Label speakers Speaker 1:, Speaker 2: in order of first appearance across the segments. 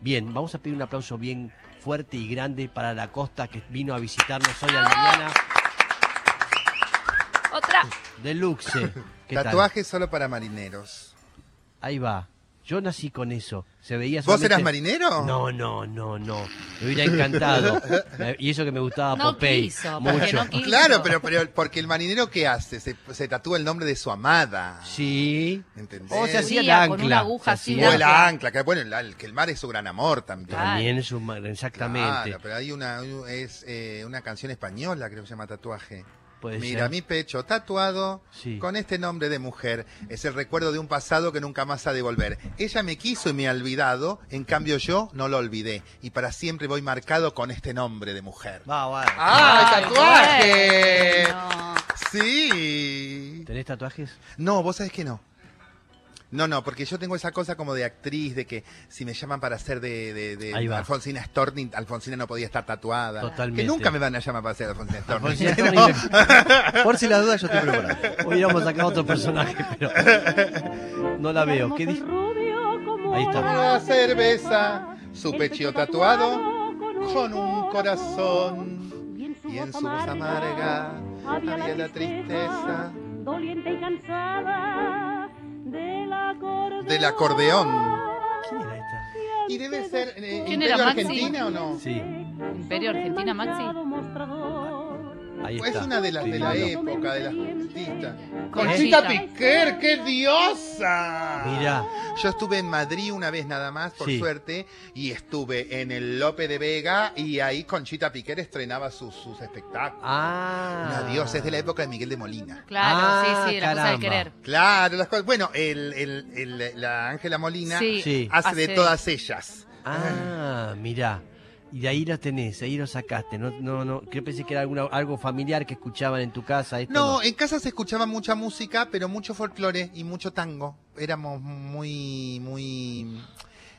Speaker 1: Bien, vamos a pedir un aplauso bien fuerte y grande para la costa que vino a visitarnos hoy a la mañana.
Speaker 2: Otra.
Speaker 1: Deluxe. ¿Qué tal?
Speaker 3: Tatuaje solo para marineros.
Speaker 1: Ahí va. Yo nací con eso. Se veía
Speaker 3: ¿Vos eras
Speaker 1: Ah, solamente-
Speaker 3: marinero?
Speaker 1: No, no, no, no. Me hubiera encantado. Me- Y eso que me gustaba
Speaker 2: No
Speaker 1: Popeye.
Speaker 2: quiso, porque
Speaker 1: mucho.
Speaker 2: no quiso.
Speaker 3: Claro, pero, pero porque el marinero ¿qué hace? Se, se tatúa el nombre de su amada.
Speaker 1: Sí.
Speaker 3: ¿Entendés?
Speaker 1: O se hacía el
Speaker 2: Subía
Speaker 1: ancla.
Speaker 2: con una aguja
Speaker 1: se
Speaker 2: así,
Speaker 3: O
Speaker 1: hacía-
Speaker 3: el ancla, que bueno, el, el- que el mar es su gran amor también.
Speaker 2: Claro.
Speaker 1: También es un mar- Ah, exactamente.
Speaker 3: Claro, pero hay una, es, eh, una canción española, creo que se llama Tatuaje.
Speaker 1: Puede
Speaker 3: Mira
Speaker 1: ser.
Speaker 3: mi pecho tatuado
Speaker 1: Sí.
Speaker 3: con este nombre de mujer. Es el recuerdo de un pasado que nunca más ha de volver. Ella me quiso y me ha olvidado, en cambio yo no lo olvidé. Y para siempre voy marcado con este nombre de mujer.
Speaker 1: Va, va.
Speaker 3: ¡Ah,
Speaker 2: Ay,
Speaker 3: tatuaje!
Speaker 2: bueno.
Speaker 3: Sí.
Speaker 1: ¿Tenés tatuajes?
Speaker 3: No, vos sabés que no. No, no, porque yo tengo esa cosa como de actriz, de que si me llaman para hacer de, de- de
Speaker 1: Ahí va.
Speaker 3: Alfonsina Storni, Alfonsina no podía estar tatuada.
Speaker 1: Totalmente.
Speaker 3: Que nunca me van a llamar para hacer Alfonsina Storni.
Speaker 1: Alfonsina
Speaker 3: No.
Speaker 1: Storni me- Por si las dudas, yo estoy preparado. Hubiéramos sacado otro personaje, pero. No la veo. ¿Qué di- Ahí
Speaker 4: Ahí
Speaker 1: está.
Speaker 3: Una cerveza, su pecho este tatuado con un corazón. Y en su voz amarga había la tristeza
Speaker 4: doliente y cansada del acordeón.
Speaker 3: del acordeón.
Speaker 1: ¿Quién era esta?
Speaker 3: ¿Y debe ser eh,
Speaker 2: ¿Quién
Speaker 3: Imperio
Speaker 2: era Maxi?
Speaker 3: Argentina o no?
Speaker 1: Sí,
Speaker 2: Imperio Argentina, Maxi.
Speaker 1: ahí
Speaker 3: Es
Speaker 1: está.
Speaker 3: Pues una de las de la
Speaker 1: Divino.
Speaker 3: época, de las conquistas.
Speaker 2: Conchita.
Speaker 3: Conchita Piquer, qué diosa.
Speaker 1: Mirá,
Speaker 3: Yo estuve en Madrid una vez nada más, por
Speaker 1: Sí.
Speaker 3: suerte, y estuve en el Lope de Vega y ahí Conchita Piquer estrenaba sus, sus espectáculos.
Speaker 1: Ah.
Speaker 3: Una diosa, es de la época de Miguel de Molina.
Speaker 2: Claro,
Speaker 1: Ah,
Speaker 2: sí, sí, la cosa
Speaker 1: caramba.
Speaker 2: del querer.
Speaker 3: Claro, las cosas. Bueno, el, el- el- la Ángela Molina
Speaker 2: Sí.
Speaker 1: Sí.
Speaker 3: hace de
Speaker 2: Hace-
Speaker 3: todas ellas.
Speaker 1: Ah, mirá. Y de ahí lo tenés, ahí lo sacaste. No, no, no. Yo pensé que era alguna, algo familiar que escuchaban en tu casa. Esto
Speaker 3: No, eh. en casa se escuchaba mucha música, pero mucho folclore y mucho tango. Éramos muy, muy,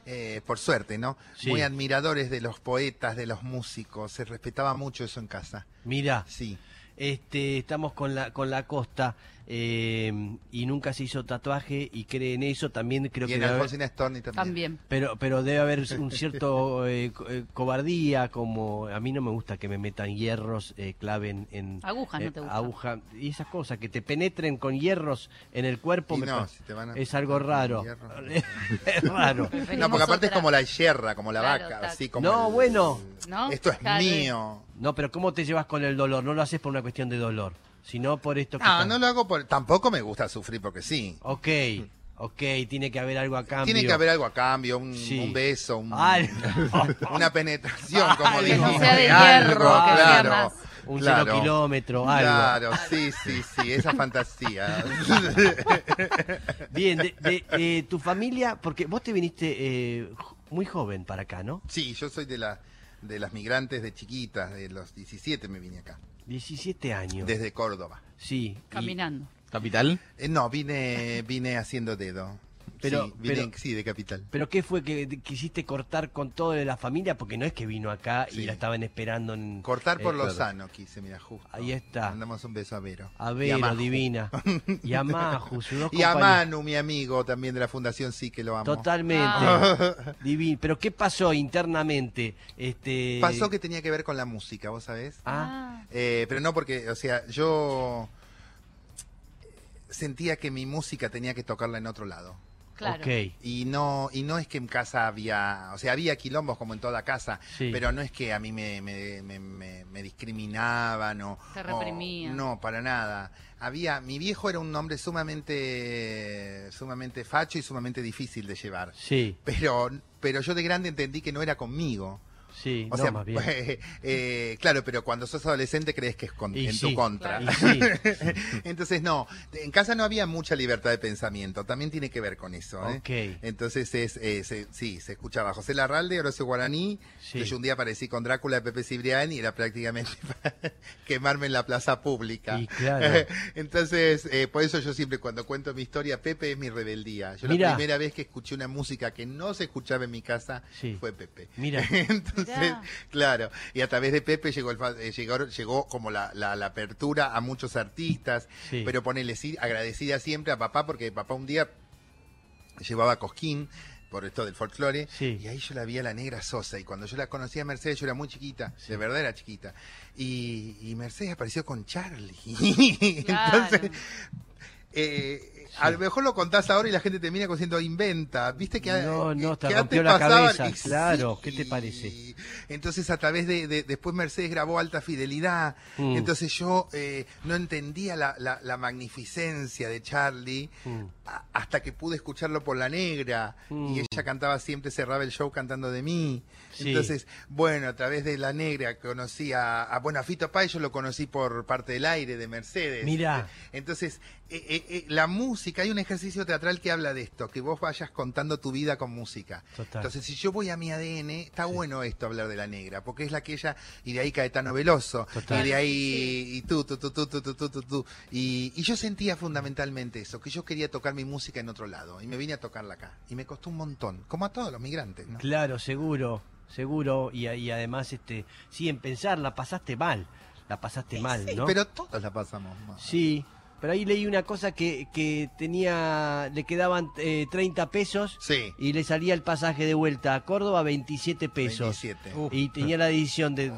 Speaker 3: eh, por suerte, ¿no?
Speaker 1: Sí.
Speaker 3: Muy admiradores de los poetas, de los músicos. Se respetaba mucho eso en casa.
Speaker 1: Mirá.
Speaker 3: Sí.
Speaker 1: Este, estamos con la, con la costa eh, y nunca se hizo tatuaje y cree en eso. También creo
Speaker 3: y
Speaker 1: que
Speaker 3: en
Speaker 1: debe haber-
Speaker 3: Alfonsina Storni también.
Speaker 2: También.
Speaker 1: pero, pero debe haber un cierto eh, co- eh, cobardía, como a mí no me gusta que me metan hierros, eh, claven en eh,
Speaker 2: Agujas, no te gusta.
Speaker 1: aguja y esas cosas que te penetren con hierros en el cuerpo.
Speaker 3: Y
Speaker 1: me
Speaker 3: no,
Speaker 1: pa-
Speaker 3: si te van a-
Speaker 1: es algo raro.
Speaker 3: Hierro.
Speaker 1: es raro.
Speaker 3: No, porque aparte es como la hierra, como la
Speaker 2: Claro,
Speaker 3: vaca,
Speaker 2: tac.
Speaker 3: así como.
Speaker 1: No, bueno.
Speaker 2: ¿No?
Speaker 3: Esto es
Speaker 2: Claro.
Speaker 3: mío.
Speaker 1: No, pero ¿cómo te llevas con el dolor? No lo haces por una cuestión de dolor, sino por esto que.
Speaker 3: No,
Speaker 1: está-
Speaker 3: no lo hago por. Tampoco me gusta sufrir porque sí.
Speaker 1: Ok, ok, tiene que haber algo a cambio.
Speaker 3: Tiene que haber algo a cambio, un,
Speaker 1: Sí.
Speaker 3: un beso, un-
Speaker 1: Ay,
Speaker 3: una penetración, como
Speaker 1: Ay,
Speaker 2: que no
Speaker 3: dijiste,
Speaker 2: sea de
Speaker 3: algo,
Speaker 2: hierro, que sea
Speaker 3: claro.
Speaker 2: más.
Speaker 1: un
Speaker 3: claro.
Speaker 1: cero kilómetro, algo.
Speaker 3: Claro, sí, sí, sí, esa fantasía.
Speaker 1: Bien, de, de, eh, tu familia, porque vos te viniste eh, jo- muy joven para acá, ¿no?
Speaker 3: Sí, yo soy de la de las migrantes de chiquitas, de los 17 me vine acá,
Speaker 1: 17 años.
Speaker 3: desde Córdoba.
Speaker 1: Sí. y-
Speaker 2: Caminando.
Speaker 5: ¿Capital?
Speaker 3: Eh, no, vine vine haciendo dedo.
Speaker 1: Pero-
Speaker 3: sí, vine-
Speaker 1: pero-
Speaker 3: sí, de capital.
Speaker 1: ¿Pero qué fue que de- quisiste cortar con todo de la familia? Porque no es que vino acá y
Speaker 3: Sí.
Speaker 1: la estaban esperando en...
Speaker 3: Cortar por
Speaker 1: eh,
Speaker 3: lo
Speaker 1: claro.
Speaker 3: sano quise, mira, justo.
Speaker 1: Ahí está.
Speaker 3: Mandamos un beso a Vero.
Speaker 1: A
Speaker 3: Y
Speaker 1: Vero,
Speaker 3: Maju.
Speaker 1: divina. Y a Maju, sus dos
Speaker 3: Y a
Speaker 1: compañeras.
Speaker 3: Manu, mi amigo también de la Fundación, sí que lo amo.
Speaker 1: Totalmente.
Speaker 3: Ah.
Speaker 1: Divino. Pero ¿qué pasó internamente? Este...
Speaker 3: Pasó que tenía que ver con la música, ¿vos sabés?
Speaker 1: Ah,
Speaker 3: Eh, pero no porque, o sea, yo sentía que mi música tenía que tocarla en otro lado.
Speaker 2: Claro.
Speaker 1: ok.
Speaker 3: Y no, y no es que en casa había, o sea, había quilombos como en toda casa,
Speaker 1: Sí.
Speaker 3: pero no es que a mí me, me- me- me- me discriminaban o...
Speaker 2: Te
Speaker 3: o-
Speaker 2: reprimían.
Speaker 3: no, para nada. Había, mi viejo era un hombre sumamente, sumamente facho y sumamente difícil de llevar.
Speaker 1: Sí,
Speaker 3: Pero, pero yo de grande entendí que no era conmigo.
Speaker 1: sí.
Speaker 3: O
Speaker 1: no,
Speaker 3: sea,
Speaker 1: más bien.
Speaker 3: eh, claro, pero cuando sos adolescente crees que es con-
Speaker 1: Y
Speaker 3: en
Speaker 1: sí,
Speaker 3: tu contra.
Speaker 1: y sí.
Speaker 3: Entonces, no, en casa no había mucha libertad de pensamiento, también tiene que ver con eso. ¿eh?
Speaker 1: Ok.
Speaker 3: Entonces, es, eh, se- sí, se escuchaba José Larralde, Horacio Guaraní,
Speaker 1: Sí.
Speaker 3: que yo un día aparecí con Drácula de Pepe Cibrián y era prácticamente para quemarme en la plaza pública.
Speaker 1: Y claro.
Speaker 3: Entonces, eh, por eso yo siempre cuando cuento mi historia, Pepe es mi rebeldía. Yo
Speaker 1: Mirá.
Speaker 3: la primera vez que escuché una música que no se escuchaba en mi casa
Speaker 1: Sí.
Speaker 3: fue Pepe.
Speaker 1: Mira.
Speaker 3: Entonces,
Speaker 2: Mirá.
Speaker 3: claro, y a través de Pepe llegó, el fa- eh, llegó, llegó como la, la- la apertura a muchos artistas,
Speaker 1: Sí.
Speaker 3: pero ponele sí, agradecida siempre a papá porque papá un día llevaba a Cosquín por esto del folclore.
Speaker 1: Sí.
Speaker 3: Y ahí yo la vi a la negra Sosa. Y cuando yo la conocí a Mercedes, yo era muy chiquita, de verdad era chiquita. Y, y Mercedes apareció con Charlie. Entonces, eh, a lo mejor lo contás ahora y la gente te mira como diciendo inventa. ¿Viste que,
Speaker 1: No, no, te
Speaker 3: que
Speaker 1: rompió la
Speaker 3: pasaban-
Speaker 1: cabeza,
Speaker 3: y
Speaker 1: claro, ¿qué te parece?
Speaker 3: Entonces, a través de, de- Después Mercedes grabó Alta Fidelidad.
Speaker 1: Mm.
Speaker 3: Entonces, yo eh, no entendía la, la- la magnificencia de Charlie
Speaker 1: Mm.
Speaker 3: a- hasta que pude escucharlo por la negra. Y
Speaker 1: Mm.
Speaker 3: ella cantaba siempre, cerraba el show cantando de mí.
Speaker 1: Sí.
Speaker 3: Entonces, bueno, a través de la negra conocí a, a bueno, a Fito Páez yo lo conocí por parte del aire de Mercedes.
Speaker 1: Mirá.
Speaker 3: Este, Entonces, eh, eh, eh, la música, hay un ejercicio teatral que habla de esto, que vos vayas contando tu vida con música.
Speaker 1: Total.
Speaker 3: Entonces, si yo voy a mi ADN, está bueno esto hablar de la negra, porque es la que ella, y de ahí Caetano Veloso,
Speaker 1: Total.
Speaker 3: y de ahí, y tú, tú, tú, tú, tú, tú, tú, tú, tú. Y, y yo sentía fundamentalmente eso, que yo quería tocar mi música en otro lado, y me vine a tocarla acá, y me costó un montón, como a todos los migrantes, ¿no?
Speaker 1: Claro, seguro, seguro. Y, a- y además, este, sí, en pensar, la pasaste mal. La pasaste mal,
Speaker 3: Sí,
Speaker 1: ¿no?
Speaker 3: Pero todos la pasamos. mal.
Speaker 1: Sí, pero ahí leí una cosa que, que tenía, le quedaban eh, 30 pesos
Speaker 3: Sí.
Speaker 1: y le salía el pasaje de vuelta a Córdoba 27 pesos.
Speaker 3: 27.
Speaker 1: Y tenía la decisión de,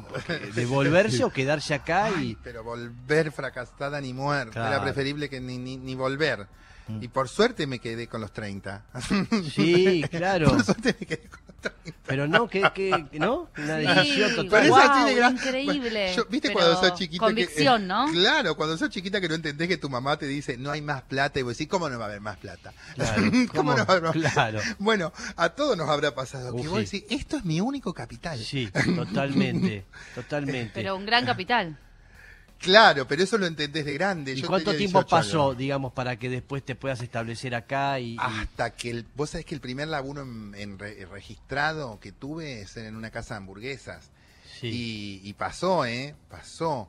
Speaker 1: de volverse o quedarse acá y...
Speaker 3: Pero volver fracasada ni muerta.
Speaker 1: Claro. Mm.
Speaker 3: Era preferible que ni, ni, ni volver. Y por suerte me quedé con los 30.
Speaker 1: Sí, claro.
Speaker 3: Por suerte me quedé con los 30.
Speaker 1: Pero no, que, que ¿no? Una decisión total.
Speaker 3: Pero es
Speaker 2: Guau,
Speaker 3: así de gran-
Speaker 2: increíble.
Speaker 3: Yo- ¿Viste
Speaker 2: Pero
Speaker 3: cuando sos chiquita? que- eh,
Speaker 2: convicción, ¿no?
Speaker 3: Claro, cuando sos chiquita que no entendés que tu mamá te dice no hay más plata y vos decís, ¿cómo no va a haber más plata?
Speaker 1: Claro,
Speaker 3: ¿Cómo, no va a haber más
Speaker 1: Claro.
Speaker 3: Bueno, a todos nos habrá pasado.
Speaker 1: Uf,
Speaker 3: que vos
Speaker 1: sí.
Speaker 3: decís, esto es mi único capital.
Speaker 1: Sí, totalmente, totalmente.
Speaker 2: Pero un gran capital.
Speaker 3: Claro, pero eso lo entendés de grande.
Speaker 1: ¿Y
Speaker 3: Yo
Speaker 1: cuánto
Speaker 3: tenía
Speaker 1: tiempo
Speaker 3: 18 años. Ah,
Speaker 1: pasó, digamos, para que después te puedas establecer acá y, y-
Speaker 3: Hasta que el, vos sabés que el primer laburo en, en re- eh, registrado que tuve es en una casa de hamburguesas.
Speaker 1: sí.
Speaker 3: Y, y pasó, ¿eh? Pasó.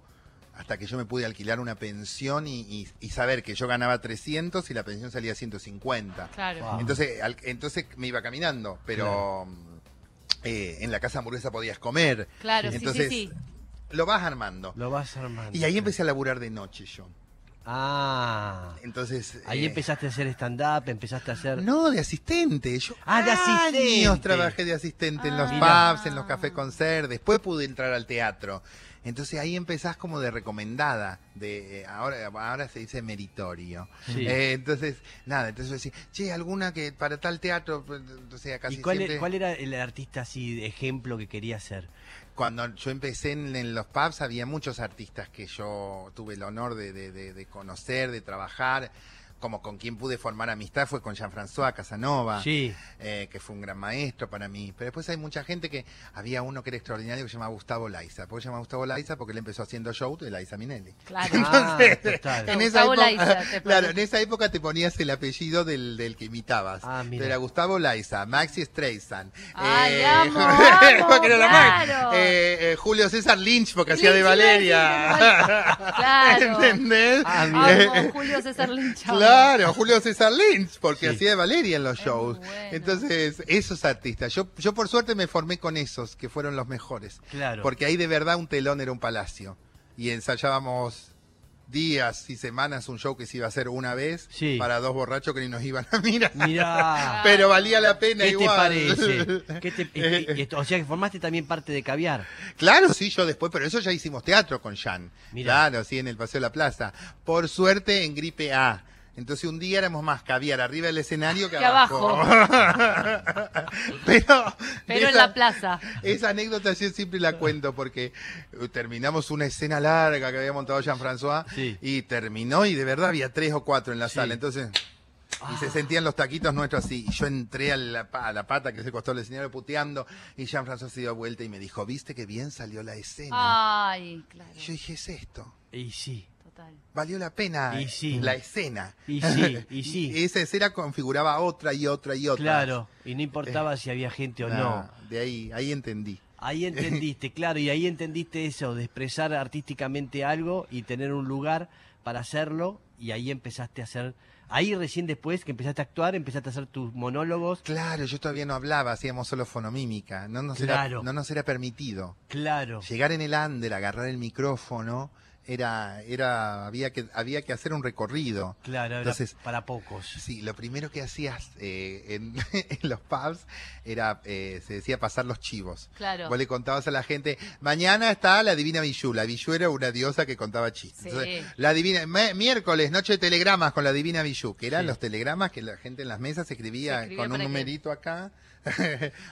Speaker 3: Hasta que yo me pude alquilar una pensión y, y- y saber que yo ganaba 300 y la pensión salía 150.
Speaker 2: Claro.
Speaker 1: Wow.
Speaker 3: Entonces, al- entonces me iba caminando, pero mm, eh, en la casa de hamburguesa podías comer.
Speaker 2: Claro, sí,
Speaker 3: Entonces,
Speaker 2: sí, sí.
Speaker 3: Lo vas armando.
Speaker 1: lo vas armando?
Speaker 3: Y ahí empecé a laburar de noche yo.
Speaker 1: Ah,
Speaker 3: Entonces.
Speaker 1: ahí
Speaker 3: eh,
Speaker 1: empezaste a hacer stand-up, empezaste a hacer...
Speaker 3: No, de asistente. Yo
Speaker 1: Ah, de asistente. Ah,
Speaker 3: años trabajé de asistente en los
Speaker 2: Mirá.
Speaker 3: pubs, en los cafés concert. Después pude entrar al teatro. Entonces ahí empezás como de recomendada. De eh, ahora, ahora se dice meritorio.
Speaker 1: Sí.
Speaker 3: Eh, entonces nada. Entonces yo decía, che, alguna que para tal teatro. pues, Entonces casi
Speaker 1: ¿Y cuál,
Speaker 3: siempre-
Speaker 1: e- cuál era el artista así, de ejemplo que quería ser?
Speaker 3: cuando yo empecé en, en los pubs había muchos artistas que yo tuve el honor de, de- de- de conocer, de trabajar. Como con quien pude formar amistad fue con Jean-François Casanova
Speaker 1: Sí,
Speaker 3: eh, que fue un gran maestro para mí. Pero después hay mucha gente que había uno que era extraordinario que se llamaba Gustavo Laiza. ¿Por qué se llamaba Gustavo Laiza? Porque él empezó haciendo show de Laiza Minelli.
Speaker 2: Claro.
Speaker 1: Ah,
Speaker 3: Entonces,
Speaker 1: total.
Speaker 3: en esa,
Speaker 2: Gustavo
Speaker 3: época,
Speaker 2: Laiza, te
Speaker 3: claro,
Speaker 2: pones.
Speaker 3: en esa época te ponías el apellido del, del que imitabas.
Speaker 1: Ah, mira.
Speaker 3: Pero era Gustavo Laiza, Maxi Streisand. eh,
Speaker 2: Ay, amo, amo,
Speaker 3: porque era la Max.
Speaker 2: claro.
Speaker 3: Eh, eh, Julio César Lynch, porque hacía
Speaker 2: Lynch
Speaker 3: de
Speaker 2: iba a decir,
Speaker 3: Valeria.
Speaker 2: Claro.
Speaker 3: ¿Entendés? Eh,
Speaker 1: Ah, mira.
Speaker 2: Amo Julio César Lynch. amo.
Speaker 3: Claro, Julio César Lynch, porque
Speaker 1: Sí.
Speaker 3: hacía de Valeria en los
Speaker 2: Es
Speaker 3: shows.
Speaker 2: muy bueno.
Speaker 3: Entonces, esos artistas. Yo, yo por suerte me formé con esos, que fueron los mejores.
Speaker 1: claro.
Speaker 3: Porque ahí de verdad un telón era un palacio. Y ensayábamos días y semanas un show que se iba a hacer una vez
Speaker 1: Sí.
Speaker 3: para dos borrachos que ni nos iban a mirar.
Speaker 1: Mirá,
Speaker 3: Pero valía la pena
Speaker 1: ¿qué te
Speaker 3: igual.
Speaker 1: parece? ¿Qué te- y- y- y esto- o sea que formaste también parte de Caviar.
Speaker 3: Claro, sí, yo después, pero eso ya hicimos teatro con Jan.
Speaker 1: Mirá.
Speaker 3: Claro, sí, en el Paseo de la Plaza. Por suerte, en gripe A. Entonces un día éramos más caviar arriba del escenario que,
Speaker 2: Que
Speaker 3: abajo. pero
Speaker 2: Pero en
Speaker 3: esa-
Speaker 2: la plaza.
Speaker 3: Esa anécdota yo siempre la cuento porque eh, terminamos una escena larga que había montado Jean-François
Speaker 1: Sí.
Speaker 3: y terminó y de verdad había tres o cuatro en la
Speaker 1: Sí. Ah.
Speaker 3: sala. Entonces, y se sentían los taquitos nuestros así. Y yo entré a la, pa- a la pata que se costó el escenario puteando y Jean-François se dio vuelta y me dijo, viste que bien salió la
Speaker 2: Ah.
Speaker 3: escena.
Speaker 2: Ay, claro.
Speaker 3: Y yo dije, es esto.
Speaker 1: Y sí,
Speaker 2: Total.
Speaker 3: Valió la pena
Speaker 1: Y sí.
Speaker 3: la escena.
Speaker 1: y sí, y sí.
Speaker 3: Esa escena configuraba otra y otra y otra.
Speaker 1: Claro, y no importaba si había gente o no.
Speaker 3: Ah, De ahí, ahí entendí.
Speaker 1: Ahí entendiste, claro, y ahí entendiste eso, de expresar artísticamente algo y tener un lugar para hacerlo, y ahí empezaste a hacer, ahí recién después que empezaste a actuar, empezaste a hacer tus monólogos,
Speaker 3: Claro, yo todavía no hablaba, hacíamos solo fonomímica. No nos,
Speaker 1: Claro.
Speaker 3: era, no nos era permitido.
Speaker 1: claro,
Speaker 3: Llegar en el under, agarrar el micrófono era, era, había que, había que hacer un recorrido.
Speaker 1: Claro, era
Speaker 3: Entonces-
Speaker 1: para pocos.
Speaker 3: Sí, lo primero que hacías eh, en, en los pubs era, eh, se decía pasar los chivos.
Speaker 2: Claro.
Speaker 3: Vos le contabas a la gente, mañana está la divina Villú. La Villú era una diosa que contaba chistes.
Speaker 2: Sí.
Speaker 3: Entonces, la divina, me- miércoles, noche de telegramas con la divina Villú, que eran
Speaker 1: Sí.
Speaker 3: los telegramas que la gente en las mesas
Speaker 2: Se
Speaker 3: escribía,
Speaker 2: escribía
Speaker 3: con un
Speaker 2: para que-
Speaker 3: numerito acá.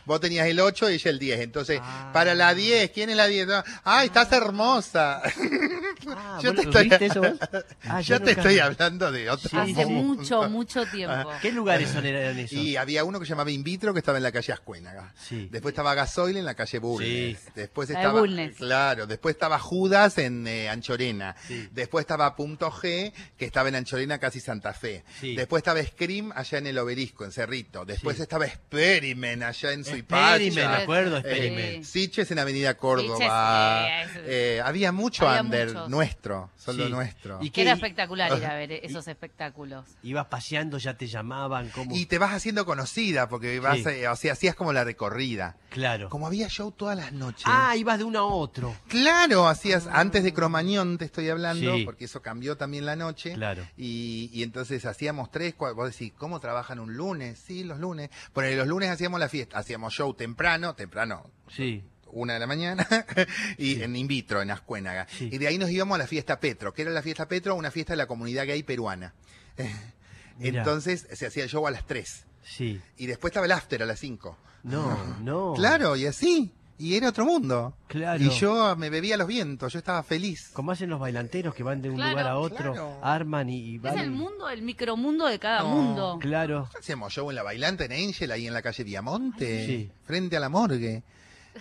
Speaker 3: Vos tenías el 8 y ella el 10. Entonces,
Speaker 1: Ah.
Speaker 3: para la 10, ¿quién es la 10? No, Ay, estás hermosa.
Speaker 1: Ah,
Speaker 3: Yo
Speaker 1: ¿vos
Speaker 3: te
Speaker 1: lo
Speaker 3: estoy-
Speaker 1: viste eso vos? Ah,
Speaker 3: Yo
Speaker 1: yo
Speaker 3: te
Speaker 1: nunca-
Speaker 3: estoy hablando de otro
Speaker 1: Sí, sí.
Speaker 2: Hace
Speaker 3: mundo.
Speaker 2: mucho, mucho
Speaker 3: Ah,
Speaker 2: tiempo.
Speaker 1: ¿Qué lugares son eran esos?
Speaker 3: Y había uno que se llamaba In Vitro que estaba en la calle Ascuénaga.
Speaker 1: Sí.
Speaker 3: Después estaba Gasoil en la calle Bulnes.
Speaker 1: Sí.
Speaker 3: Después
Speaker 2: La de
Speaker 3: estaba
Speaker 2: Bulnes.
Speaker 3: Claro, después estaba Judas en eh, Anchorena.
Speaker 1: Sí.
Speaker 3: Después estaba Punto G, que estaba en Anchorena casi Santa Fe.
Speaker 1: Sí.
Speaker 3: Después estaba Scream allá en el Obelisco, en Cerrito. Después
Speaker 1: Sí.
Speaker 3: estaba Experiment allá en
Speaker 1: Experiment, me
Speaker 3: Suipacha.
Speaker 1: acuerdo,
Speaker 3: Eh,
Speaker 1: Experiment.
Speaker 3: Siches en Avenida Córdoba.
Speaker 2: Siches, eh,
Speaker 3: Eh, había mucho
Speaker 2: Había
Speaker 3: under
Speaker 2: muchos.
Speaker 3: nuestro, solo
Speaker 1: Sí.
Speaker 3: nuestro.
Speaker 1: ¿Y
Speaker 2: Que
Speaker 1: qué?
Speaker 2: era espectacular
Speaker 3: Ah.
Speaker 2: ir a ver esos espectáculos.
Speaker 1: Ibas paseando, ya te llamaban, ¿cómo?
Speaker 3: Y te vas haciendo conocida porque vas,
Speaker 1: Sí.
Speaker 3: eh, o sea, hacías como la recorrida.
Speaker 1: Claro.
Speaker 3: Como había show todas las noches.
Speaker 1: Ah, ibas de uno a otro.
Speaker 3: Claro, hacías antes de Cromañón, te estoy hablando,
Speaker 1: Sí.
Speaker 3: porque eso cambió también la noche.
Speaker 1: Claro.
Speaker 3: Y, y entonces hacíamos tres, cuatro, vos decís, ¿cómo trabajan un lunes? Sí, los lunes. Bueno, los lunes hacíamos la fiesta, hacíamos show temprano, temprano,
Speaker 1: Sí.
Speaker 3: una de la mañana, y en in vitro, en Ascuénaga.
Speaker 1: Sí.
Speaker 3: Y de ahí nos íbamos a la fiesta Petro, que era la fiesta Petro, una fiesta de la comunidad gay peruana.
Speaker 1: Mirá.
Speaker 3: Entonces se hacía el show a las tres.
Speaker 1: Sí.
Speaker 3: Y después estaba el after a las cinco.
Speaker 1: No, no.
Speaker 3: Claro, y así. Y era otro mundo.
Speaker 1: Claro.
Speaker 3: Y yo me bebía los vientos, yo estaba feliz.
Speaker 1: Como hacen los bailanteros que van de un
Speaker 2: Claro,
Speaker 1: lugar a otro,
Speaker 3: claro.
Speaker 1: arman y, y van.
Speaker 2: Es el mundo, el micromundo de cada
Speaker 3: No.
Speaker 2: mundo.
Speaker 1: Claro.
Speaker 3: Hacemos show en la bailante en Angel, ahí en la calle Diamonte,
Speaker 1: Sí.
Speaker 3: frente a la morgue.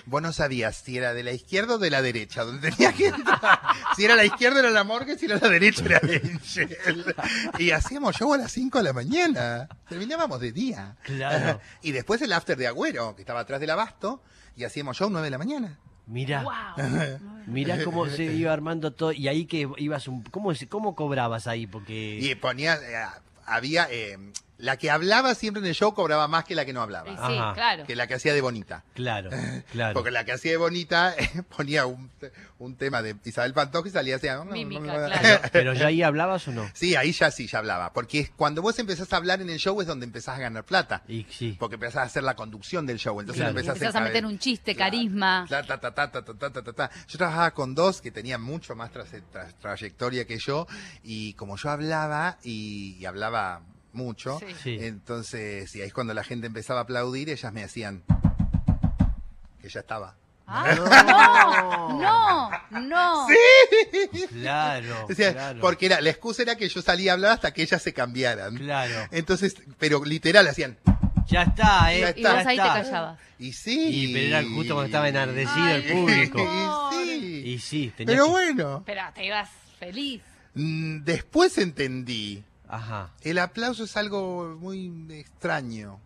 Speaker 3: Vos no sabías si era de la izquierda o de la derecha, donde tenías que entrar. Si era la izquierda era la morgue, si era la derecha era Angel. Y hacíamos show a las 5 de la mañana. Terminábamos de día.
Speaker 1: Claro.
Speaker 3: Y después el after de Agüero, que estaba atrás del abasto, y hacíamos show 9 de la mañana.
Speaker 1: Mirá.
Speaker 2: Wow.
Speaker 1: Mirá cómo se iba armando todo. Y ahí que ibas un. ¿Cómo, es- cómo cobrabas ahí? Porque.
Speaker 3: Y ponía, eh, había, eh, la que hablaba siempre en el show cobraba más que la que no
Speaker 2: Sí,
Speaker 3: hablaba,
Speaker 1: Ajá.
Speaker 2: claro.
Speaker 3: que la que hacía de bonita.
Speaker 1: Claro, claro.
Speaker 3: Porque la que hacía de bonita eh, ponía un, un tema de Isabel Pantoja y salía así. "Ah, no, no,
Speaker 2: Mímica,
Speaker 3: no, no".
Speaker 2: claro.
Speaker 1: Pero ya ahí hablabas o no?
Speaker 3: Sí, ahí ya sí, ya hablaba. Porque es cuando vos empezás a hablar en el show es donde empezás a ganar plata.
Speaker 1: Y sí.
Speaker 3: Porque empezás a hacer la conducción del show. Entonces
Speaker 1: Claro.
Speaker 2: Y
Speaker 3: empezás,
Speaker 2: Empezás a meter un chiste, carisma.
Speaker 3: Ta, ta, ta, ta, ta, ta, ta, ta, ta, ta. Yo trabajaba con dos que tenían mucho más tra- tra- trayectoria que yo y como yo hablaba y, y hablaba mucho,
Speaker 2: Sí.
Speaker 1: Sí.
Speaker 3: entonces, y ahí es cuando la gente empezaba a aplaudir, ellas me hacían que ya estaba.
Speaker 2: Ah, no, no, no.
Speaker 1: Claro.
Speaker 3: O sea,
Speaker 1: Oh, claro.
Speaker 3: Porque era, la excusa era que yo salía a hablar hasta que ellas se cambiaran.
Speaker 1: Claro.
Speaker 3: Entonces, pero literal hacían.
Speaker 1: Ya está, ¿eh?
Speaker 3: Ya
Speaker 2: Y vos
Speaker 3: está.
Speaker 2: ahí te callabas.
Speaker 3: Y sí.
Speaker 1: Y pero era justo cuando estaba enardecido
Speaker 2: Ay,
Speaker 1: el público.
Speaker 3: Y
Speaker 1: Y
Speaker 3: sí.
Speaker 1: sí, tenías
Speaker 3: Pero
Speaker 1: que-
Speaker 3: bueno,
Speaker 2: Pero te ibas feliz.
Speaker 3: mm, después entendí
Speaker 1: Ajá.
Speaker 3: El aplauso es algo muy extraño.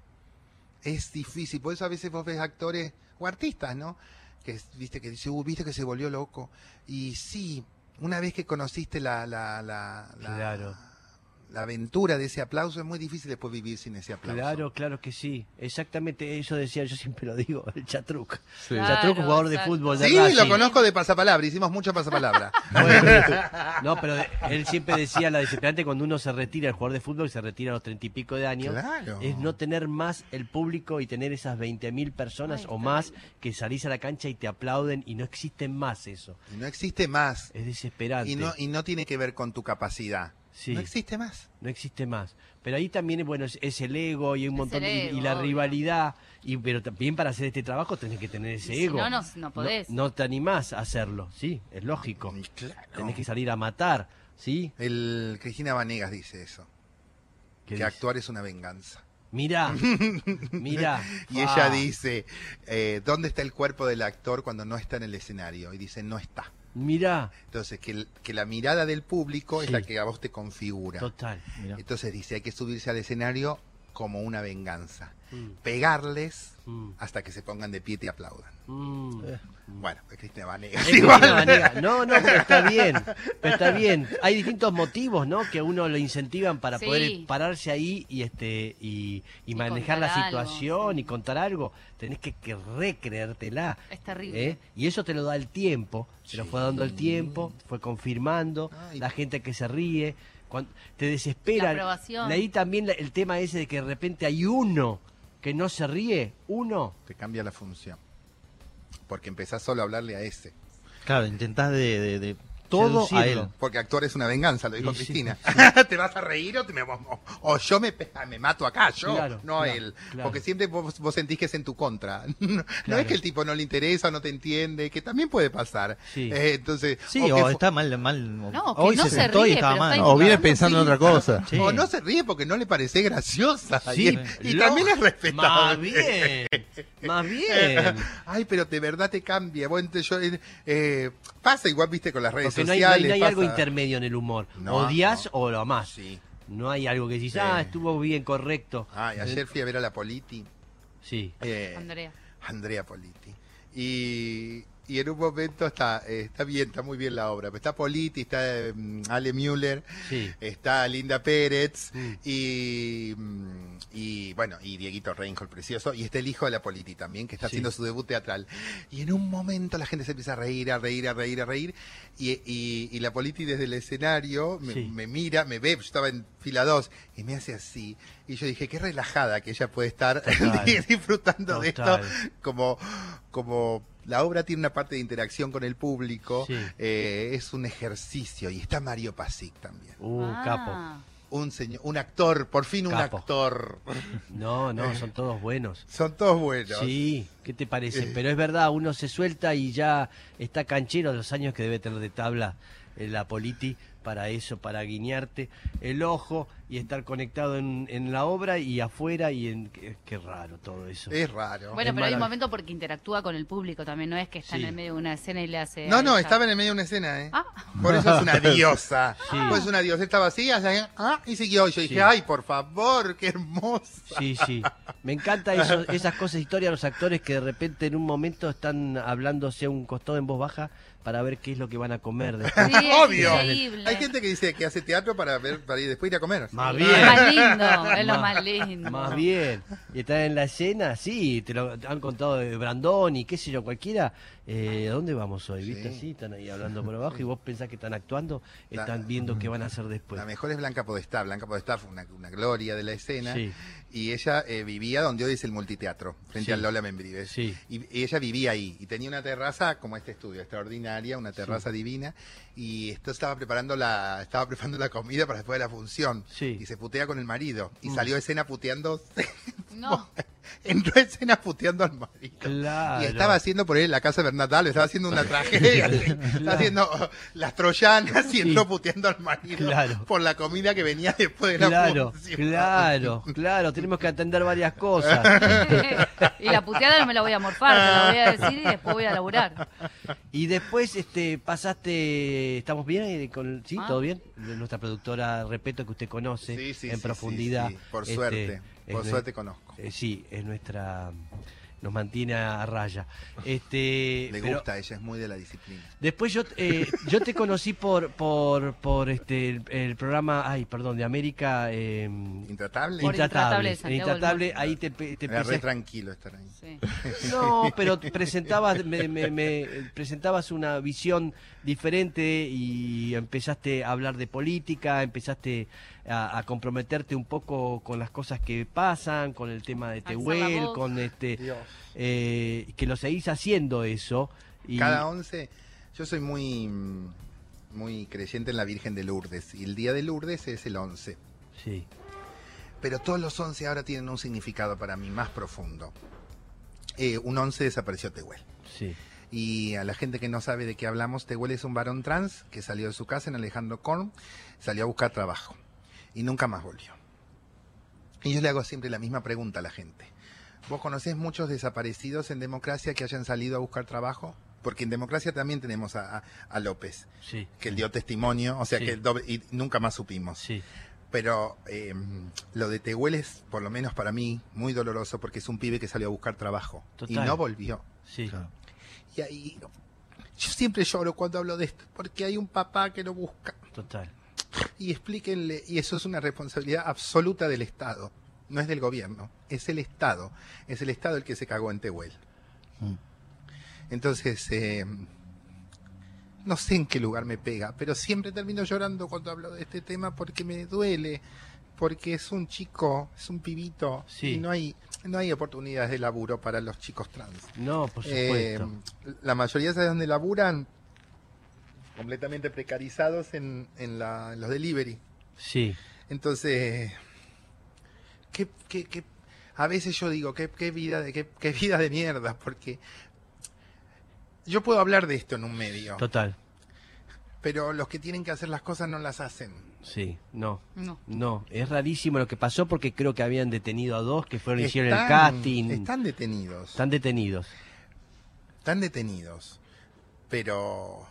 Speaker 3: Es difícil. Por eso a veces vos ves actores o artistas, ¿no? Que es- viste que dice, "Uh, viste que se volvió loco. Y sí, una vez que conociste la, la, la, la-
Speaker 1: Claro.
Speaker 3: la aventura de ese aplauso, es muy difícil después vivir sin ese aplauso.
Speaker 1: Claro, claro que sí. Exactamente eso decía, yo siempre lo digo, el Chatruc.
Speaker 2: Claro,
Speaker 1: Chatruc, jugador de
Speaker 2: exacto.
Speaker 1: fútbol de
Speaker 3: Sí, lo
Speaker 1: Racing.
Speaker 3: conozco de pasapalabra, hicimos mucha pasapalabra.
Speaker 1: Bueno, este, no, pero de- él siempre decía la desesperante cuando uno se retira, el jugador de fútbol se retira a los treinta y pico de años,
Speaker 3: Claro.
Speaker 1: es no tener más el público y tener esas veinte mil personas
Speaker 2: Ay,
Speaker 1: o
Speaker 2: está
Speaker 1: más que salís a la cancha y te aplauden y no existen más eso.
Speaker 3: Y no existe más.
Speaker 1: Es desesperante.
Speaker 3: Y no, y no tiene que ver con tu capacidad.
Speaker 1: Sí.
Speaker 3: No existe más.
Speaker 1: No existe más. Pero ahí también, bueno, es, es el ego y un montón
Speaker 2: el
Speaker 1: de- y- y,
Speaker 2: ego,
Speaker 1: la
Speaker 2: obvio.
Speaker 1: rivalidad. Y, pero también para hacer este trabajo tenés que tener ese
Speaker 2: Y si
Speaker 1: ego.
Speaker 2: no, no- no podés.
Speaker 1: No, te animás a hacerlo, ¿sí? Es lógico.
Speaker 3: Y claro.
Speaker 1: Tenés que salir a matar, ¿sí?
Speaker 3: El Cristina Vanegas dice eso.
Speaker 1: ¿Qué
Speaker 3: que
Speaker 1: dice?
Speaker 3: actuar es una venganza.
Speaker 1: Mirá, mirá.
Speaker 3: Y
Speaker 1: Ah,
Speaker 3: ella dice, eh, ¿dónde está el cuerpo del actor cuando no está en el escenario? Y dice, no está.
Speaker 1: Mirá,
Speaker 3: Entonces, que, el- que la mirada del público es
Speaker 1: Sí.
Speaker 3: la que a vos te configura.
Speaker 1: total. mirá.
Speaker 3: Eh. Entonces dice, hay que subirse al escenario como una venganza.
Speaker 1: Mm,
Speaker 3: Pegarles
Speaker 1: mm,
Speaker 3: hasta que se pongan de pie y te aplaudan.
Speaker 1: mm.
Speaker 3: Bueno, pues Cristina
Speaker 1: Es
Speaker 3: Vanegas.
Speaker 1: que
Speaker 3: igual.
Speaker 1: no, nega, No, no, pero está bien, pero está bien. Hay distintos motivos, ¿no? Que uno lo incentivan para
Speaker 2: Sí.
Speaker 1: poder pararse ahí y este y, y
Speaker 2: Y
Speaker 1: manejar la
Speaker 2: contar algo,
Speaker 1: situación
Speaker 2: sí.
Speaker 1: y contar algo. Tenés que, que recreértela.
Speaker 2: Es terrible.
Speaker 1: ¿eh? Y eso te lo da el tiempo. Se lo
Speaker 3: Sí.
Speaker 1: fue dando el tiempo, fue confirmando
Speaker 3: Ay.
Speaker 1: la gente que se ríe. cuan- te desespera.
Speaker 2: La aprobación.
Speaker 1: Leí también la- el tema ese de que de repente hay uno que no se ríe, uno.
Speaker 3: Te cambia la función. Porque empezás solo a hablarle a ese.
Speaker 5: Claro, intentás de, de- de todo a
Speaker 1: Seducirlo.
Speaker 5: él.
Speaker 3: Porque actuar es una venganza, lo dijo
Speaker 1: Y sí,
Speaker 3: Cristina. ¿Te vas a reír o, te me- o- o yo me, pe- ah, me mato acá, yo,
Speaker 1: Claro,
Speaker 3: no
Speaker 1: claro,
Speaker 3: él?
Speaker 1: claro.
Speaker 3: Porque siempre vos, vos sentís que es en tu contra. No,
Speaker 1: Claro.
Speaker 3: es que el tipo no le interesa o no te entiende, que también puede pasar.
Speaker 1: Sí.
Speaker 3: Eh, entonces,
Speaker 5: Sí,
Speaker 3: que
Speaker 5: o,
Speaker 3: fu-
Speaker 5: está mal, mal. o-
Speaker 2: No, que
Speaker 5: hoy
Speaker 2: no
Speaker 5: se
Speaker 2: se
Speaker 5: sentó
Speaker 2: ríe,
Speaker 5: y estaba
Speaker 2: pero
Speaker 5: mal.
Speaker 2: está
Speaker 6: O viene
Speaker 2: Sí.
Speaker 6: pensando en otra cosa.
Speaker 5: Sí.
Speaker 3: o no se ríe porque no le parece graciosa.
Speaker 1: Sí,
Speaker 3: y y
Speaker 1: lo-
Speaker 3: también es
Speaker 1: Más
Speaker 3: respetable.
Speaker 1: bien, más bien.
Speaker 3: Ay, pero de verdad te cambia. Vos, ent- yo, eh, eh, pasa igual, viste, con las redes
Speaker 1: Porque no hay,
Speaker 3: sociales.
Speaker 1: no hay- no hay algo
Speaker 3: pasa-
Speaker 1: intermedio en el humor.
Speaker 3: No,
Speaker 1: Odias
Speaker 3: no.
Speaker 1: o lo amás.
Speaker 3: Sí.
Speaker 1: No hay algo que decís,
Speaker 3: Sí. Ah.
Speaker 1: ah, estuvo bien, correcto.
Speaker 3: Ay, ayer fui a ver a la Politi.
Speaker 1: Sí.
Speaker 3: eh,
Speaker 2: Andrea.
Speaker 3: Andrea Politi. Y, y en un momento está, eh, está bien, está muy bien la obra. pero Está Politi, está eh, Ale Müller,
Speaker 1: Sí.
Speaker 3: está Linda Pérez
Speaker 1: Mm.
Speaker 3: y, mm, y, bueno, y Dieguito Reinhold, precioso. Y está el hijo de la Politi también, que está
Speaker 1: Sí.
Speaker 3: haciendo su debut teatral. Y en un momento la gente se empieza a reír, a reír, a reír, a reír. Y, y- y la Politi desde el escenario me,
Speaker 1: Sí.
Speaker 3: me mira, me ve, yo estaba en fila 2 y me hace así. Y yo dije, qué relajada que ella puede estar
Speaker 1: Total.
Speaker 3: disfrutando de esto
Speaker 1: Total.
Speaker 3: como, como la obra tiene una parte de interacción con el público,
Speaker 1: Sí.
Speaker 3: eh, es un ejercicio. Y está Mario Pasic también.
Speaker 1: Uh, capo.
Speaker 2: Ah,
Speaker 3: Un señor, un actor, por fin un
Speaker 1: Capo.
Speaker 3: actor.
Speaker 1: No,
Speaker 3: Eh.
Speaker 1: no, son todos buenos.
Speaker 3: Son todos buenos.
Speaker 1: Sí, ¿qué te
Speaker 3: eh.
Speaker 1: parece? Pero es verdad, uno se suelta y ya está canchero de los años que debe tener de tabla eh, la politi para eso, para guiñarte el ojo y estar conectado en, en la obra y afuera y en... Qué, qué raro todo eso.
Speaker 3: Es raro.
Speaker 2: Bueno,
Speaker 1: Es
Speaker 2: pero hay
Speaker 1: marav-
Speaker 2: un momento porque interactúa con el público también, no es que está
Speaker 1: Sí.
Speaker 2: en el medio de una escena y le hace...
Speaker 3: no, no, estaba en el medio de una escena, ¿eh?
Speaker 2: Ah.
Speaker 3: Por eso es una diosa.
Speaker 1: Sí.
Speaker 3: Por eso es una diosa. Estaba así, hasta- ah, y siguió. Y Yo dije,
Speaker 1: Sí.
Speaker 3: ay, por favor, qué hermosa.
Speaker 1: Sí, sí. Me encanta eso- esas cosas, historias de los actores que de repente en un momento están hablándose a un costado en voz baja para ver qué es lo que van a comer después.
Speaker 2: Sí, es
Speaker 3: Obvio.
Speaker 2: increíble.
Speaker 3: Hay gente que dice que hace teatro para ver, para ir después ir a comer.
Speaker 1: Más
Speaker 2: Es lo
Speaker 1: bien.
Speaker 2: más lindo, es lo
Speaker 1: Más-
Speaker 2: más lindo.
Speaker 1: Más bien. Y están en la escena, sí, te lo han contado de Brandón y qué sé yo, cualquiera. Eh, ¿A dónde vamos hoy? ¿Viste?
Speaker 3: Sí. Mm.
Speaker 1: Sí, están ahí hablando por abajo y vos pensás que están actuando, están viendo qué van a hacer después.
Speaker 3: La mejor es Blanca Podestá. Blanca Podestá fue una, una gloria de la escena.
Speaker 1: Sí.
Speaker 3: Y ella eh, vivía donde hoy es el multiteatro, frente
Speaker 1: Sí.
Speaker 3: al Lola Membrives.
Speaker 1: Sí.
Speaker 3: Y, y ella vivía ahí. Y tenía una terraza como este estudio, extraordinaria, una terraza divina. Y esto estaba preparando la, estaba preparando la comida para después de la función.
Speaker 1: Sí.
Speaker 3: Y se putea con el marido. Y
Speaker 1: Mm.
Speaker 3: salió a escena puteando,
Speaker 2: No,
Speaker 3: entró a escena puteando al marido.
Speaker 1: Claro.
Speaker 3: Y estaba haciendo por él la casa de Bernat le estaba haciendo una tragedia. Estaba haciendo oh, las troyanas y entró
Speaker 1: Sí.
Speaker 3: puteando al marido
Speaker 1: Claro.
Speaker 3: por la comida que venía después de la
Speaker 1: Claro,
Speaker 3: función.
Speaker 1: claro, claro, tenemos que atender varias cosas.
Speaker 2: y la puteada no me la voy a morfar, te la voy a decir y después voy a laburar.
Speaker 1: Y después este pasaste, ¿estamos bien? Eh, Con, ¿Sí?
Speaker 2: Ah.
Speaker 1: ¿Todo bien? De Nuestra productora, repito, que usted conoce
Speaker 3: Sí, sí,
Speaker 1: en
Speaker 3: sí,
Speaker 1: profundidad.
Speaker 3: sí, sí. Por
Speaker 1: Este,
Speaker 3: suerte,
Speaker 1: es
Speaker 3: por
Speaker 1: nue-
Speaker 3: suerte conozco.
Speaker 1: eh, sí, es nuestra... Nos mantiene a raya. Este,
Speaker 3: Le
Speaker 1: pero
Speaker 3: gusta, ella es muy de la disciplina.
Speaker 1: Después yo, eh, yo te conocí por, por, por este, el, el programa, ay, perdón, de América... eh,
Speaker 3: Intratable.
Speaker 2: Por Intratable de
Speaker 1: Intratables.
Speaker 2: Santiago
Speaker 1: Intratable,
Speaker 2: del
Speaker 1: ahí te, pe- te
Speaker 3: Era
Speaker 1: empecé
Speaker 3: re
Speaker 1: a
Speaker 3: tranquilo estar ahí.
Speaker 2: Sí.
Speaker 1: No, pero te presentabas, me, me- me presentabas una visión diferente y empezaste a hablar de política, empezaste a, a comprometerte un poco con las cosas que pasan, con el tema de
Speaker 2: Alzar la
Speaker 1: Tehuel,
Speaker 2: voz.
Speaker 1: con este, eh, que lo seguís haciendo eso. Y,
Speaker 3: Cada once, yo soy muy, mm, muy creyente en la Virgen de Lourdes. Y el día de Lourdes es el once.
Speaker 1: Sí,
Speaker 3: pero todos los 11 ahora tienen un significado para mí más profundo. Eh, un 11 desapareció Tehuel.
Speaker 1: sí,
Speaker 3: Y a la gente que no sabe de qué hablamos, Tehuel es un varón trans que salió de su casa en Alejandro Korn, salió a buscar trabajo y nunca más volvió. Y yo le hago siempre la misma pregunta a la gente. ¿Vos conocés muchos desaparecidos en democracia que hayan salido a buscar trabajo? Porque en democracia también tenemos a, a- a López,
Speaker 1: sí,
Speaker 3: que él dio testimonio, o sea
Speaker 1: Sí.
Speaker 3: que el doble- y nunca más supimos.
Speaker 1: sí.
Speaker 3: pero eh, lo de Tehuel es, por lo menos para mí, muy doloroso porque es un pibe que salió a buscar trabajo y
Speaker 1: Total.
Speaker 3: no volvió.
Speaker 1: Sí.
Speaker 5: Claro.
Speaker 3: Y ahí yo siempre lloro cuando hablo de esto porque hay un papá que lo busca
Speaker 1: Total.
Speaker 3: y explíquenle, y eso es una responsabilidad absoluta del Estado, no es del gobierno, es el Estado, es el Estado el que se cagó en Tehuel.
Speaker 5: Mm.
Speaker 3: Entonces, eh, no sé en qué lugar me pega, pero siempre termino llorando cuando hablo de este tema porque me duele, porque es un chico, es un pibito,
Speaker 1: Sí.
Speaker 3: y no hay, no hay oportunidades de laburo para los chicos trans.
Speaker 1: No, por
Speaker 3: Eh,
Speaker 1: supuesto.
Speaker 3: la mayoría de donde laburan completamente precarizados en, en la- en los delivery.
Speaker 1: sí.
Speaker 3: Entonces, ¿qué, qué- qué- a veces yo digo, qué, qué vida de, qué, qué vida de mierda, porque yo puedo hablar de esto en un medio,
Speaker 1: Total.
Speaker 3: pero los que tienen que hacer las cosas no las hacen.
Speaker 1: Sí. No.
Speaker 2: No.
Speaker 1: No, es rarísimo lo que pasó porque creo que habían detenido a dos que fueron hicieron el
Speaker 3: Están-
Speaker 1: casting.
Speaker 3: Están detenidos.
Speaker 1: Están detenidos.
Speaker 3: están detenidos, pero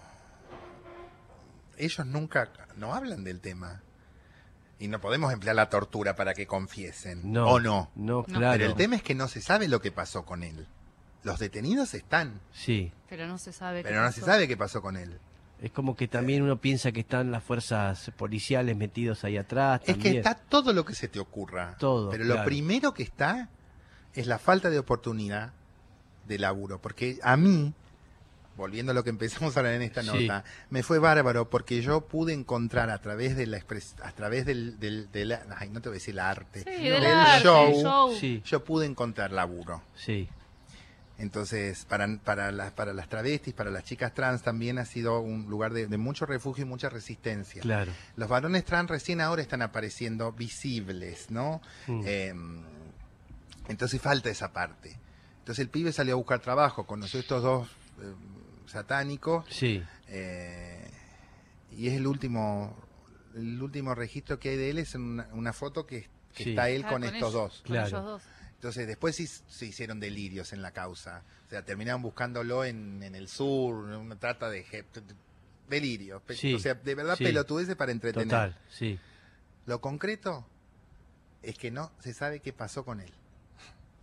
Speaker 3: ellos nunca no hablan del tema. Y no podemos emplear la tortura para que confiesen,
Speaker 1: No.
Speaker 3: ¿o no?
Speaker 1: No,
Speaker 2: Pero
Speaker 1: claro.
Speaker 3: Pero el tema es que no se sabe lo que pasó con él. Los detenidos están,
Speaker 1: Sí.
Speaker 2: Pero no se sabe. qué
Speaker 3: pero no se
Speaker 2: pasó.
Speaker 3: sabe qué pasó con él.
Speaker 1: Es como que también uno piensa que están las fuerzas policiales metidos ahí atrás.
Speaker 3: Es que
Speaker 1: también.
Speaker 3: está todo lo que se te ocurra.
Speaker 1: Todo,
Speaker 3: Pero lo
Speaker 1: claro.
Speaker 3: primero que está es la falta de oportunidad de laburo. Porque a mí, volviendo a lo que empezamos a hablar en esta
Speaker 1: Sí.
Speaker 3: nota, me fue bárbaro porque yo pude encontrar a través de la expres- a través del, del, de la- ay, no te voy a decir la arte,
Speaker 2: Sí,
Speaker 1: No.
Speaker 2: del
Speaker 1: Del
Speaker 2: arte,
Speaker 3: show.
Speaker 2: show. show.
Speaker 1: Sí,
Speaker 3: yo pude encontrar laburo.
Speaker 1: sí.
Speaker 3: Entonces, para, para, las, para las travestis, para las chicas trans también ha sido un lugar de, de mucho refugio y mucha resistencia.
Speaker 1: Claro.
Speaker 3: Los varones trans recién ahora están apareciendo visibles, ¿no?
Speaker 1: Mm.
Speaker 3: Eh, entonces falta esa parte. Entonces el pibe salió a buscar trabajo, conoció estos dos eh, satánicos
Speaker 1: Sí.
Speaker 3: eh, y es el último el último registro que hay de él es en una, una foto que, que
Speaker 1: Sí.
Speaker 3: está él
Speaker 2: Ah,
Speaker 3: con, estos
Speaker 2: ellos,
Speaker 3: dos.
Speaker 2: con
Speaker 1: Claro.
Speaker 2: ellos dos.
Speaker 3: Entonces después sí se hicieron delirios en la causa. O sea, terminaron buscándolo en, en el sur, una trata de... je- Delirios. Pe-
Speaker 1: Sí,
Speaker 3: o sea, de verdad
Speaker 1: sí.
Speaker 3: pelotudeces para entretener.
Speaker 1: Total. Sí.
Speaker 3: Lo concreto es que no se sabe qué pasó con él.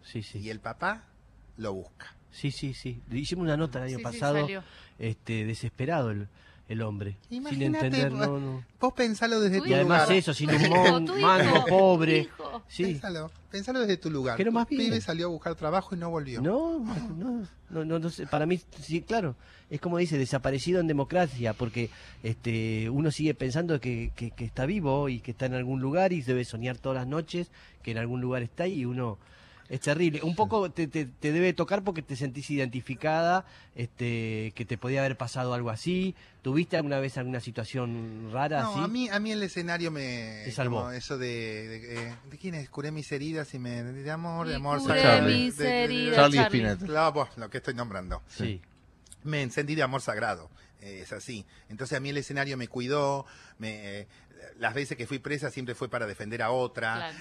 Speaker 1: Sí,
Speaker 3: Y
Speaker 1: sí.
Speaker 3: el papá lo busca.
Speaker 1: Sí, sí, sí. Le Hicimos una nota el año
Speaker 2: Sí, sí,
Speaker 1: pasado,
Speaker 2: salió.
Speaker 1: este, desesperado el, el hombre. sin
Speaker 3: Imagínate,
Speaker 1: entender,
Speaker 3: vos-
Speaker 1: no, no.
Speaker 3: Vos pensalo desde
Speaker 2: Tu
Speaker 3: tu
Speaker 1: Y además
Speaker 3: lugar.
Speaker 1: eso, sin
Speaker 2: Tu hijo,
Speaker 1: humor,
Speaker 2: tu hijo,
Speaker 1: mango,
Speaker 2: tu
Speaker 1: pobre.
Speaker 2: hijo.
Speaker 1: Sí.
Speaker 3: Pensalo, pensalo desde tu lugar.
Speaker 1: Pero
Speaker 3: Tu
Speaker 1: más bien.
Speaker 3: pibe salió a buscar trabajo y no volvió.
Speaker 1: No, no, no, no, no sé, para mí, sí, claro, es como dice, desaparecido en democracia, porque este, uno sigue pensando que, que- que está vivo y que está en algún lugar y debe soñar todas las noches que en algún lugar está y uno... Es terrible. Un poco te, te- te debe tocar porque te sentís identificada, este, que te podía haber pasado algo así. ¿Tuviste alguna vez alguna situación rara
Speaker 3: No,
Speaker 1: así?
Speaker 3: a mí, a mí el escenario me...
Speaker 1: Te salvó.
Speaker 3: como Eso de... ¿De, eh, ¿de quién es? Curé mis heridas y me... De amor, de
Speaker 2: Y
Speaker 3: amor.
Speaker 2: curé
Speaker 3: sagrado.
Speaker 2: mis
Speaker 3: De- de- de-
Speaker 2: heridas,
Speaker 3: Charlie.
Speaker 2: Charlie Spinetta.
Speaker 3: Claro, vos, lo que estoy nombrando.
Speaker 1: Sí,
Speaker 3: Me encendí de amor sagrado. eh, es así. Entonces a mí el escenario me cuidó. Me, eh, las veces que fui presa siempre fue para defender a otra.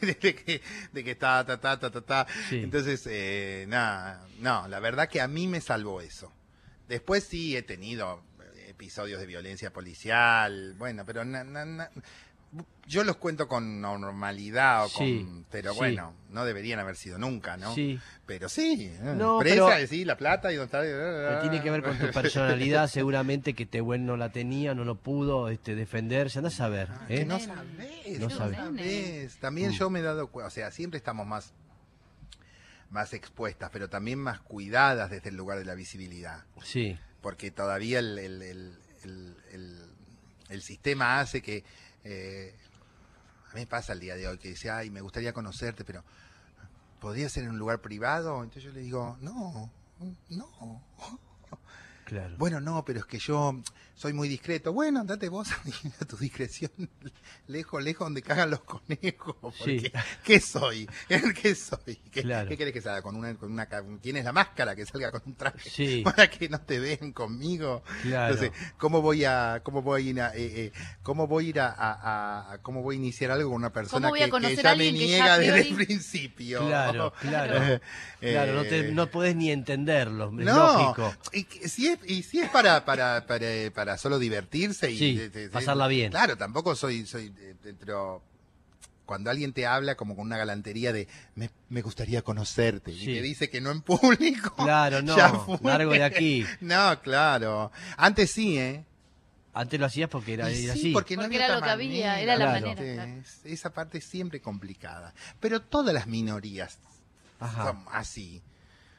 Speaker 3: de, que, de que ta, ta, ta, ta, ta, ta.
Speaker 1: sí.
Speaker 3: Entonces, eh, nada, no, la verdad que a mí me salvó eso. Después sí he tenido eh, episodios de violencia policial, bueno, pero na- na- na- yo los cuento con normalidad, o con,
Speaker 1: Sí,
Speaker 3: pero
Speaker 1: sí.
Speaker 3: bueno, no deberían haber sido nunca, ¿no?
Speaker 1: sí.
Speaker 3: Pero sí, eh,
Speaker 1: No,
Speaker 3: presa,
Speaker 1: pero-
Speaker 3: eh, sí, la plata y donde está... eh,
Speaker 1: Pero tiene que ver con tu personalidad, seguramente que Tehuel no la tenía, no lo pudo este, defenderse, andás a ver.
Speaker 3: Ah,
Speaker 1: ¿eh?
Speaker 3: que no
Speaker 2: Nene.
Speaker 3: sabes,
Speaker 1: No
Speaker 3: no,
Speaker 1: sabes.
Speaker 3: sabes. También
Speaker 1: Mm.
Speaker 3: yo me he dado cuenta, o sea, siempre estamos más más expuestas, pero también más cuidadas desde el lugar de la visibilidad.
Speaker 1: Sí,
Speaker 3: porque todavía el, el- el- el- el- el sistema hace que... eh, a mí me pasa el día de hoy que dice, ay, me gustaría conocerte, pero ¿podría ser en un lugar privado? Entonces yo le digo, no, no.
Speaker 1: claro.
Speaker 3: Bueno, no, pero es que yo soy muy discreto. Bueno, andate vos a tu discreción, lejos, lejos donde cagan los conejos. Porque,
Speaker 1: Sí.
Speaker 3: ¿Qué soy? ¿Qué soy? ¿Qué,
Speaker 1: Claro.
Speaker 3: qué querés que salga con una, con una... ca- ¿Quién es la máscara que salga con un traje?
Speaker 1: Sí,
Speaker 3: Para que no te vean conmigo.
Speaker 1: claro.
Speaker 3: Entonces, ¿cómo voy a, cómo voy a ir a, eh, eh, cómo voy a ir a, a- a- a- cómo voy a iniciar algo con una persona
Speaker 2: ¿Cómo voy a
Speaker 3: que, que
Speaker 2: conocer
Speaker 3: ya
Speaker 2: a
Speaker 3: me
Speaker 2: alguien que ya
Speaker 3: niega
Speaker 2: a
Speaker 3: desde el
Speaker 2: priori-
Speaker 3: principio?
Speaker 1: Claro, claro.
Speaker 3: Eh,
Speaker 1: Claro, no, te,
Speaker 3: eh,
Speaker 1: no podés ni entenderlo, es
Speaker 3: no,
Speaker 1: lógico.
Speaker 3: y que- si es, y si es para, para, para, eh, para, para solo divertirse y
Speaker 1: Sí,
Speaker 3: de- de- de-
Speaker 1: pasarla bien.
Speaker 3: Claro, tampoco soy, soy, eh, eh, pero cuando alguien te habla como con una galantería de me, me gustaría conocerte
Speaker 1: Sí.
Speaker 3: y te dice que no en público.
Speaker 1: Claro, no,
Speaker 3: ya fue.
Speaker 1: largo de aquí.
Speaker 3: No, claro. Antes sí, ¿eh?
Speaker 1: Antes lo hacías porque era,
Speaker 3: Y
Speaker 1: era
Speaker 3: sí,
Speaker 1: así.
Speaker 3: porque no
Speaker 2: Porque
Speaker 3: había
Speaker 2: era
Speaker 3: otra
Speaker 2: lo que había,
Speaker 3: manera.
Speaker 2: era
Speaker 1: la
Speaker 3: Claro.
Speaker 2: manera, claro.
Speaker 3: Es- Esa parte es siempre complicada. Pero todas las minorías
Speaker 1: Ajá.
Speaker 3: son así.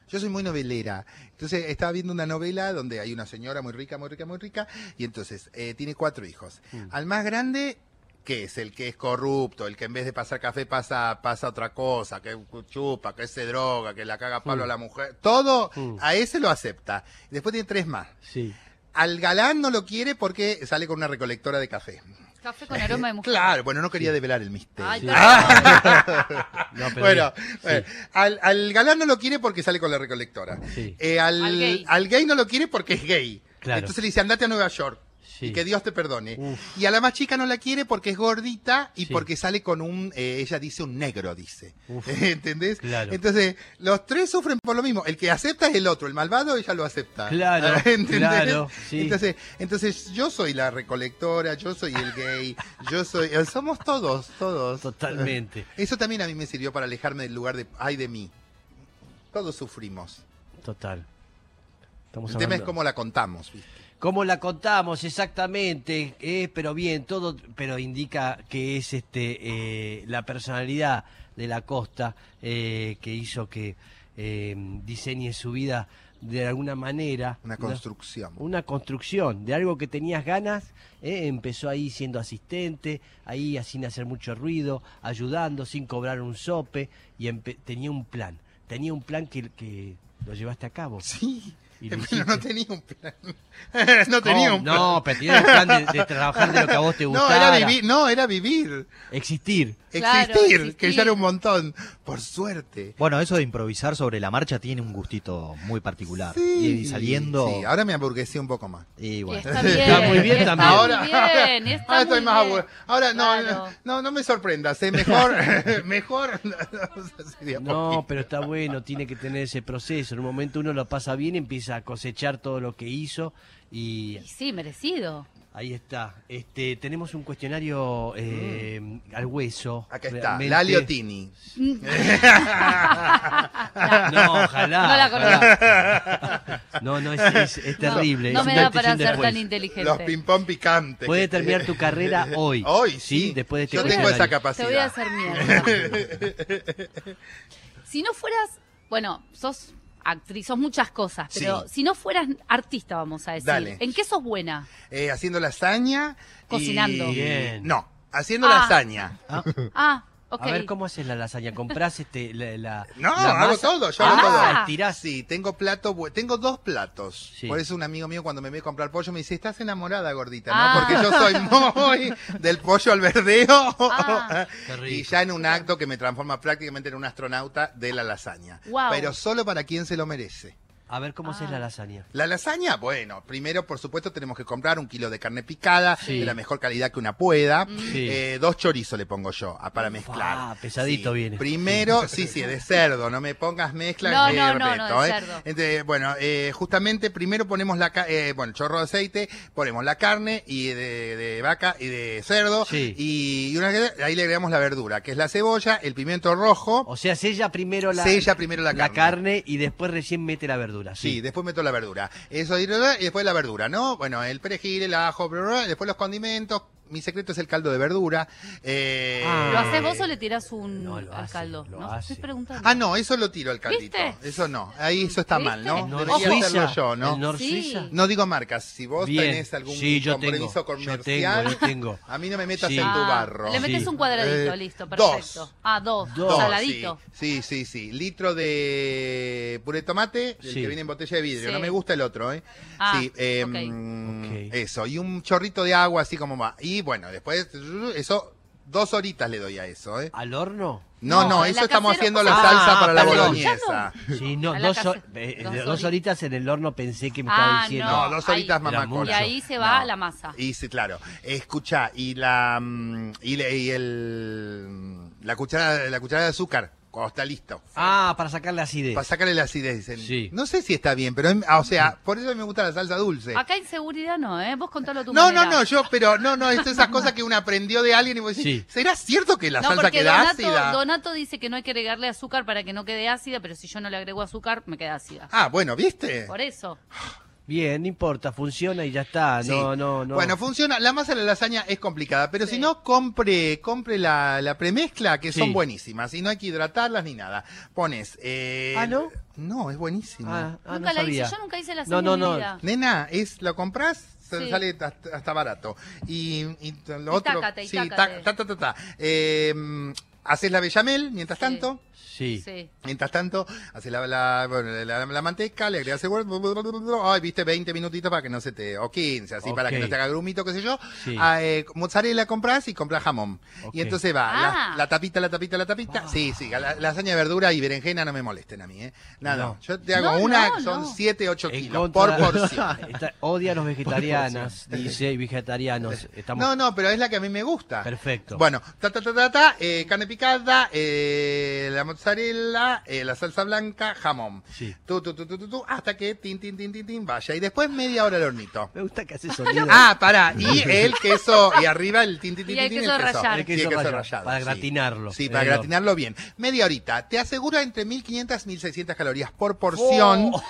Speaker 3: Yo soy muy novelera. Entonces estaba viendo una novela donde hay una señora muy rica, muy rica, muy rica. Y entonces eh, tiene cuatro hijos.
Speaker 1: Mm.
Speaker 3: Al más grande, que es el que es corrupto, el que en vez de pasar café pasa, pasa otra cosa, que chupa, que se droga, que la caga palo a la mujer. Todo,
Speaker 1: Mm.
Speaker 3: a ese lo acepta. Después tiene tres más.
Speaker 1: Sí.
Speaker 3: Al galán no lo quiere porque sale con una recolectora de café.
Speaker 2: Café con aroma de mujer.
Speaker 3: Claro, bueno, no quería develar el misterio.
Speaker 2: Ay,
Speaker 1: Sí.
Speaker 2: perdón.
Speaker 1: No, pero
Speaker 3: Ah, bueno, eh,
Speaker 1: bien.
Speaker 3: bueno, al, al galán no lo quiere porque sale con la recolectora.
Speaker 1: Sí.
Speaker 3: Eh, al,
Speaker 2: Al
Speaker 3: al
Speaker 2: gay.
Speaker 3: gay. no lo quiere porque es gay.
Speaker 1: Claro.
Speaker 3: Entonces le dice, andate a Nueva York.
Speaker 1: Sí.
Speaker 3: Y que Dios te perdone.
Speaker 1: Uf.
Speaker 3: Y a la más chica no la quiere porque es gordita y
Speaker 1: Sí.
Speaker 3: porque sale con un, eh, ella dice un negro, dice.
Speaker 1: Uf.
Speaker 3: ¿Entendés?
Speaker 1: Claro.
Speaker 3: Entonces, los tres sufren por lo mismo. El que acepta es el otro, el malvado ella lo acepta.
Speaker 1: Claro,
Speaker 3: ¿Entendés?
Speaker 1: claro, sí.
Speaker 3: Entonces, entonces yo soy la recolectora, yo soy el gay, yo soy, eh, somos todos, todos.
Speaker 1: Totalmente,
Speaker 3: Eso también a mí me sirvió para alejarme del lugar de, ay de mí. Todos sufrimos.
Speaker 1: total. Estamos
Speaker 3: El tema es
Speaker 1: hablando-
Speaker 3: cómo la contamos, ¿viste?
Speaker 1: ¿Cómo la contamos exactamente? eh, pero bien, todo, pero indica que es este eh, la personalidad de la costa eh, que hizo que eh, diseñe su vida de alguna manera.
Speaker 3: Una
Speaker 1: ¿no?
Speaker 3: construcción.
Speaker 1: una construcción de algo que tenías ganas, ¿eh? empezó ahí siendo asistente, ahí sin hacer mucho ruido, ayudando, sin cobrar un sope, y empe- tenía un plan, tenía un plan que, que lo llevaste a cabo.
Speaker 3: Sí,
Speaker 1: Y lo
Speaker 3: pero no
Speaker 1: hiciste.
Speaker 3: tenía un plan. no tenía
Speaker 1: ¿Cómo?
Speaker 3: un plan.
Speaker 1: No, pero tenía el plan de, de trabajar de lo que a vos te
Speaker 3: No,
Speaker 1: gustaba.
Speaker 3: era vivir, no, era vivir,
Speaker 1: Existir.
Speaker 2: Claro,
Speaker 3: existir, que
Speaker 2: existir.
Speaker 3: ya era un montón, por suerte.
Speaker 5: Bueno, eso de improvisar sobre la marcha tiene un gustito muy particular. Y saliendo.
Speaker 3: Sí, ahora me hamburguesé un poco más.
Speaker 5: Y
Speaker 2: Y
Speaker 5: bueno.
Speaker 2: Está bien.
Speaker 1: Está muy bien
Speaker 2: y está
Speaker 1: también.
Speaker 2: muy bien, y está
Speaker 3: ahora estoy
Speaker 2: muy
Speaker 3: más
Speaker 2: bien.
Speaker 3: aburrido. Ahora no,
Speaker 2: Claro.
Speaker 3: no, no, no me sorprendas, ¿eh? mejor, mejor. Sería
Speaker 1: No,
Speaker 3: poquito.
Speaker 1: pero está bueno, tiene que tener ese proceso. En un momento uno lo pasa bien, empieza a cosechar todo lo que hizo y
Speaker 2: Y sí, merecido.
Speaker 1: Ahí está. Este, tenemos un cuestionario eh, al hueso.
Speaker 3: Mm. Acá está,
Speaker 1: Realmente-
Speaker 3: la Liotini.
Speaker 1: No, ojalá.
Speaker 2: No la
Speaker 1: ojalá. No, no, es, es- es
Speaker 2: No,
Speaker 1: terrible.
Speaker 2: No,
Speaker 1: es
Speaker 2: me
Speaker 1: una
Speaker 2: da para
Speaker 1: decisión
Speaker 2: ser
Speaker 1: después.
Speaker 2: tan inteligente.
Speaker 3: Los ping-pong picantes.
Speaker 1: Puede
Speaker 3: que-
Speaker 1: terminar tu carrera hoy.
Speaker 3: Hoy,
Speaker 1: ¿sí?
Speaker 3: sí.
Speaker 1: Después de este
Speaker 3: Yo tengo
Speaker 1: cuestionario.
Speaker 3: esa capacidad.
Speaker 2: Te voy a hacer mierda. si no fueras, bueno, sos actriz, sos muchas cosas, pero
Speaker 3: Sí.
Speaker 2: si no fueras artista, vamos a decir,
Speaker 3: Dale.
Speaker 2: ¿en qué sos buena?
Speaker 3: Eh, haciendo lasaña. y-
Speaker 2: Cocinando.
Speaker 1: Bien.
Speaker 3: No, haciendo
Speaker 2: Ah.
Speaker 3: lasaña.
Speaker 2: Ah, ok.
Speaker 1: A ver, ¿cómo haces la lasaña? ¿Comprás este, la, la-
Speaker 3: No,
Speaker 1: la
Speaker 3: hago
Speaker 1: masa?
Speaker 3: todo, yo
Speaker 2: hago
Speaker 1: Ah,
Speaker 2: todo.
Speaker 1: estirás.
Speaker 3: Sí, tengo plato, bu- tengo dos platos.
Speaker 1: Sí.
Speaker 3: Por eso un amigo mío cuando me ve comprar pollo me dice, estás enamorada, gordita, ¿no?
Speaker 2: Ah.
Speaker 3: Porque yo soy muy del pollo al verdeo.
Speaker 2: Ah.
Speaker 1: Qué rico.
Speaker 3: y ya en un acto que me transforma prácticamente en un astronauta de la lasaña.
Speaker 2: Guau.
Speaker 3: Pero solo para quien se lo merece.
Speaker 1: A ver, ¿cómo haces
Speaker 2: Ah.
Speaker 1: la lasaña?
Speaker 3: La lasaña, bueno, primero, por supuesto, tenemos que comprar un kilo de carne picada
Speaker 1: Sí.
Speaker 3: de la mejor calidad que una pueda.
Speaker 2: Mm.
Speaker 1: Sí.
Speaker 3: Eh, dos chorizos le pongo yo ah, para mezclar.
Speaker 1: Ah, pesadito
Speaker 3: Sí.
Speaker 1: viene.
Speaker 3: Primero, sí, sí, de cerdo, no me pongas mezcla
Speaker 2: No,
Speaker 3: de
Speaker 2: no, no,
Speaker 3: respeto,
Speaker 2: no, de
Speaker 3: ¿eh?
Speaker 2: cerdo.
Speaker 3: Entonces, bueno, eh, justamente primero ponemos la ca- eh, bueno, chorro de aceite, ponemos la carne y de, de vaca y de cerdo
Speaker 1: Sí.
Speaker 3: y, y una vez- ahí le agregamos la verdura, que es la cebolla, el pimiento rojo,
Speaker 1: O sea, sella primero la,
Speaker 3: sella primero la,
Speaker 1: la
Speaker 3: carne.
Speaker 1: carne y después recién mete la verdura.
Speaker 3: Sí,
Speaker 1: Sí,
Speaker 3: después meto la verdura. Eso y, y después la verdura, ¿no? Bueno, el perejil, el ajo, bla, bla, bla, después los condimentos. Mi secreto es el caldo de verdura. Eh,
Speaker 1: Ah.
Speaker 2: ¿Lo haces vos o le tirás un
Speaker 1: No, lo
Speaker 2: al
Speaker 1: hace,
Speaker 2: caldo?
Speaker 1: lo
Speaker 2: no,
Speaker 1: hace.
Speaker 2: estoy preguntando.
Speaker 3: Ah, no, eso lo tiro al caldito.
Speaker 2: ¿Viste?
Speaker 3: Eso no. Ahí eso está mal, ¿no?
Speaker 2: ¿Viste?
Speaker 1: Nor
Speaker 3: Debería
Speaker 2: Ojo.
Speaker 3: hacerlo yo, ¿no?
Speaker 1: ¿El Nor
Speaker 2: Sí.
Speaker 1: Suiza?
Speaker 3: No digo marcas. Si vos
Speaker 1: Bien.
Speaker 3: tenés algún
Speaker 1: Sí, yo tengo,
Speaker 3: compromiso
Speaker 1: yo
Speaker 3: comercial,
Speaker 1: tengo, yo tengo.
Speaker 3: a mí no me metas
Speaker 1: Sí.
Speaker 3: en tu
Speaker 2: Ah,
Speaker 3: barro.
Speaker 2: Le metes
Speaker 1: Sí.
Speaker 2: un cuadradito,
Speaker 3: Eh,
Speaker 2: listo,
Speaker 3: dos.
Speaker 2: perfecto. Ah, dos,
Speaker 1: Dos,
Speaker 2: saladito.
Speaker 3: Sí, sí, sí, sí. Litro de puré de tomate, el
Speaker 1: Sí.
Speaker 3: que viene en botella de vidrio.
Speaker 2: Sí.
Speaker 3: No me gusta el otro, ¿eh?
Speaker 2: Ah,
Speaker 3: sí, eh,
Speaker 2: ok.
Speaker 3: mm,
Speaker 1: Ok.
Speaker 3: eso. Y un chorrito de agua, así como va. Y bueno, después, eso, dos horitas le doy a eso, ¿eh?
Speaker 1: ¿Al horno?
Speaker 3: No,
Speaker 2: No,
Speaker 3: no,
Speaker 2: en la
Speaker 3: eso estamos
Speaker 2: casera-
Speaker 3: haciendo la
Speaker 1: Ah,
Speaker 3: salsa para la
Speaker 1: ¿estás
Speaker 3: boloñesa.
Speaker 1: Sí, no,
Speaker 2: A la
Speaker 1: dos,
Speaker 2: casa-
Speaker 1: ho- eh,
Speaker 2: dos
Speaker 1: de- dos
Speaker 2: horitas.
Speaker 1: horitas en el horno pensé que me estaba
Speaker 2: Ah,
Speaker 1: diciendo.
Speaker 2: no.
Speaker 3: No, dos horitas
Speaker 2: ahí-
Speaker 3: mamá
Speaker 1: Era mucho.
Speaker 2: Y ahí se va
Speaker 3: No.
Speaker 2: la masa.
Speaker 3: Y sí, claro. Escucha, y la mm, y, le- y el la cuchara la cucharada de azúcar. cuando está listo.
Speaker 1: Ah, para sacarle así de.
Speaker 3: Para sacarle la acidez, dicen.
Speaker 1: Sí.
Speaker 3: No sé si está bien, pero, en- ah, o sea, por eso me gusta la salsa dulce.
Speaker 2: Acá inseguridad no, ¿eh? Vos contalo tú.
Speaker 3: No, no, no, yo, pero no, no, es esas cosas que uno aprendió de alguien y vos decís,
Speaker 1: Sí.
Speaker 3: ¿será cierto que la
Speaker 2: no,
Speaker 3: salsa
Speaker 2: porque
Speaker 3: queda
Speaker 2: Donato,
Speaker 3: ácida?
Speaker 2: Donato dice que no hay que agregarle azúcar para que no quede ácida, pero si yo no le agrego azúcar, me queda ácida.
Speaker 3: Ah, bueno, ¿viste?
Speaker 2: Por eso.
Speaker 1: Bien, no importa, funciona y ya está.
Speaker 3: Sí.
Speaker 1: Ah, No, no, no.
Speaker 3: Bueno, funciona. La masa de la lasaña es complicada, pero
Speaker 2: Sí.
Speaker 3: si no, compre, compre la, la premezcla, que
Speaker 1: Sí.
Speaker 3: son buenísimas. Y no hay que hidratarlas ni nada. Pones. eh,
Speaker 1: Ah, ¿no?
Speaker 3: No, es buenísimo.
Speaker 1: Ah, ah,
Speaker 2: nunca
Speaker 1: no
Speaker 2: la hice,
Speaker 1: sabía.
Speaker 2: yo nunca hice la
Speaker 1: No,
Speaker 2: cena
Speaker 1: no,
Speaker 2: en mi
Speaker 1: no.
Speaker 2: vida.
Speaker 3: Nena, es la compras, se
Speaker 2: Sí.
Speaker 3: sale hasta, hasta barato. Y, y t- lo
Speaker 2: Y
Speaker 3: otro.
Speaker 2: tácate, y
Speaker 3: sí,
Speaker 2: tácate.
Speaker 3: ta, ta, ta, ta. Eh, mm, haces la bechamel mientras
Speaker 2: Sí.
Speaker 3: tanto.
Speaker 1: Sí.
Speaker 2: Sí.
Speaker 3: Mientras tanto, haces la, la, bueno, la- la- la manteca, le agregas el huevo, ay, viste, 20 minutitos para que no se te, o 15, así, para que
Speaker 1: Ok.
Speaker 3: no te haga grumito, qué sé yo.
Speaker 1: Sí.
Speaker 3: Ah, eh, mozzarella compras y compras jamón.
Speaker 1: Ok.
Speaker 3: Y entonces va, la-
Speaker 2: Ah.
Speaker 3: la, tapita, la tapita, la tapita.
Speaker 1: Ah.
Speaker 3: Sí, sí, la, lasaña de verdura y berenjena no me molesten a mí, ¿eh? Nada,
Speaker 1: No.
Speaker 3: yo te hago
Speaker 2: No,
Speaker 3: una,
Speaker 2: no,
Speaker 3: son
Speaker 2: no.
Speaker 3: 7, 8
Speaker 1: En
Speaker 3: kilos, por
Speaker 1: contra-
Speaker 3: porción.
Speaker 1: Está- odia a los vegetarianas, dice, y vegetarianos. Estamos
Speaker 3: No, no, pero es la que a mí me gusta.
Speaker 1: perfecto.
Speaker 3: Ah, Bueno, ta ta ta ta, ta, eh, carne picada, eh, la mozzarella, eh, la salsa blanca, jamón.
Speaker 1: Sí.
Speaker 3: Tu, tu, tu, tu, tu, tu, hasta que tin, tin, tin, tin, tin, vaya. Y después media hora al hornito.
Speaker 1: Me gusta que hace sonido.
Speaker 3: Ah, pará. Y el queso, y arriba el tin, tin, tin,
Speaker 2: Y el
Speaker 3: tin,
Speaker 2: queso rallado.
Speaker 1: El queso
Speaker 3: Sí, el queso
Speaker 1: rallado,
Speaker 3: rallado,
Speaker 1: para
Speaker 3: sí.
Speaker 1: gratinarlo.
Speaker 3: Sí, para
Speaker 1: Pero-
Speaker 3: gratinarlo bien. Media horita. Te asegura entre 1500 y 1600 calorías por porción.
Speaker 1: Oh.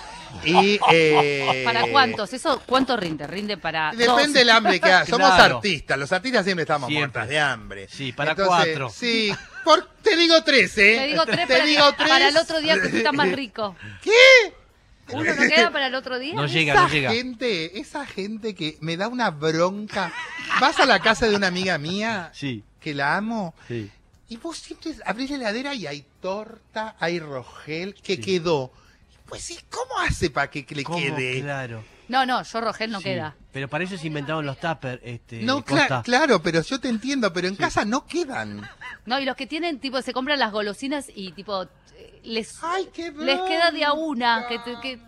Speaker 3: Y, eh,
Speaker 2: ¿Para cuántos? ¿Eso cuánto rinde? Rinde para.
Speaker 3: Depende del hambre que hagas. Somos
Speaker 1: Ah, Claro.
Speaker 3: artistas. Los artistas siempre estamos
Speaker 1: Siempre.
Speaker 3: muertas de hambre.
Speaker 1: Sí, para cuatro.
Speaker 3: Sí, por- te digo tres, ¿eh?
Speaker 2: Te digo tres,
Speaker 3: Te
Speaker 2: para,
Speaker 3: digo tres.
Speaker 2: para el otro día que está más rico. ¿Qué? ¿Uno no queda para el otro día?
Speaker 1: No llega,
Speaker 3: Esa
Speaker 1: no llega.
Speaker 3: gente, esa gente que me da una bronca. Vas a la casa de una amiga mía
Speaker 1: Sí,
Speaker 3: que la amo
Speaker 1: sí.
Speaker 3: y vos siempre abrís la heladera y hay torta, hay rogel que
Speaker 1: Sí.
Speaker 3: quedó. Pues sí, ¿cómo hace para que, que le
Speaker 1: ¿Cómo?
Speaker 3: quede?
Speaker 1: Claro.
Speaker 2: No, no, yo Rogel no
Speaker 1: Sí.
Speaker 2: queda.
Speaker 1: Pero para eso se inventaron los tuppers. Este,
Speaker 3: No, cla-
Speaker 1: Costa.
Speaker 3: claro, pero yo te entiendo, pero en casa no quedan.
Speaker 2: No, y los que tienen, tipo, se compran las golosinas y, tipo, eh, les,
Speaker 3: Ay, qué
Speaker 2: les queda de a una. Que, te-
Speaker 3: bronca.
Speaker 2: que-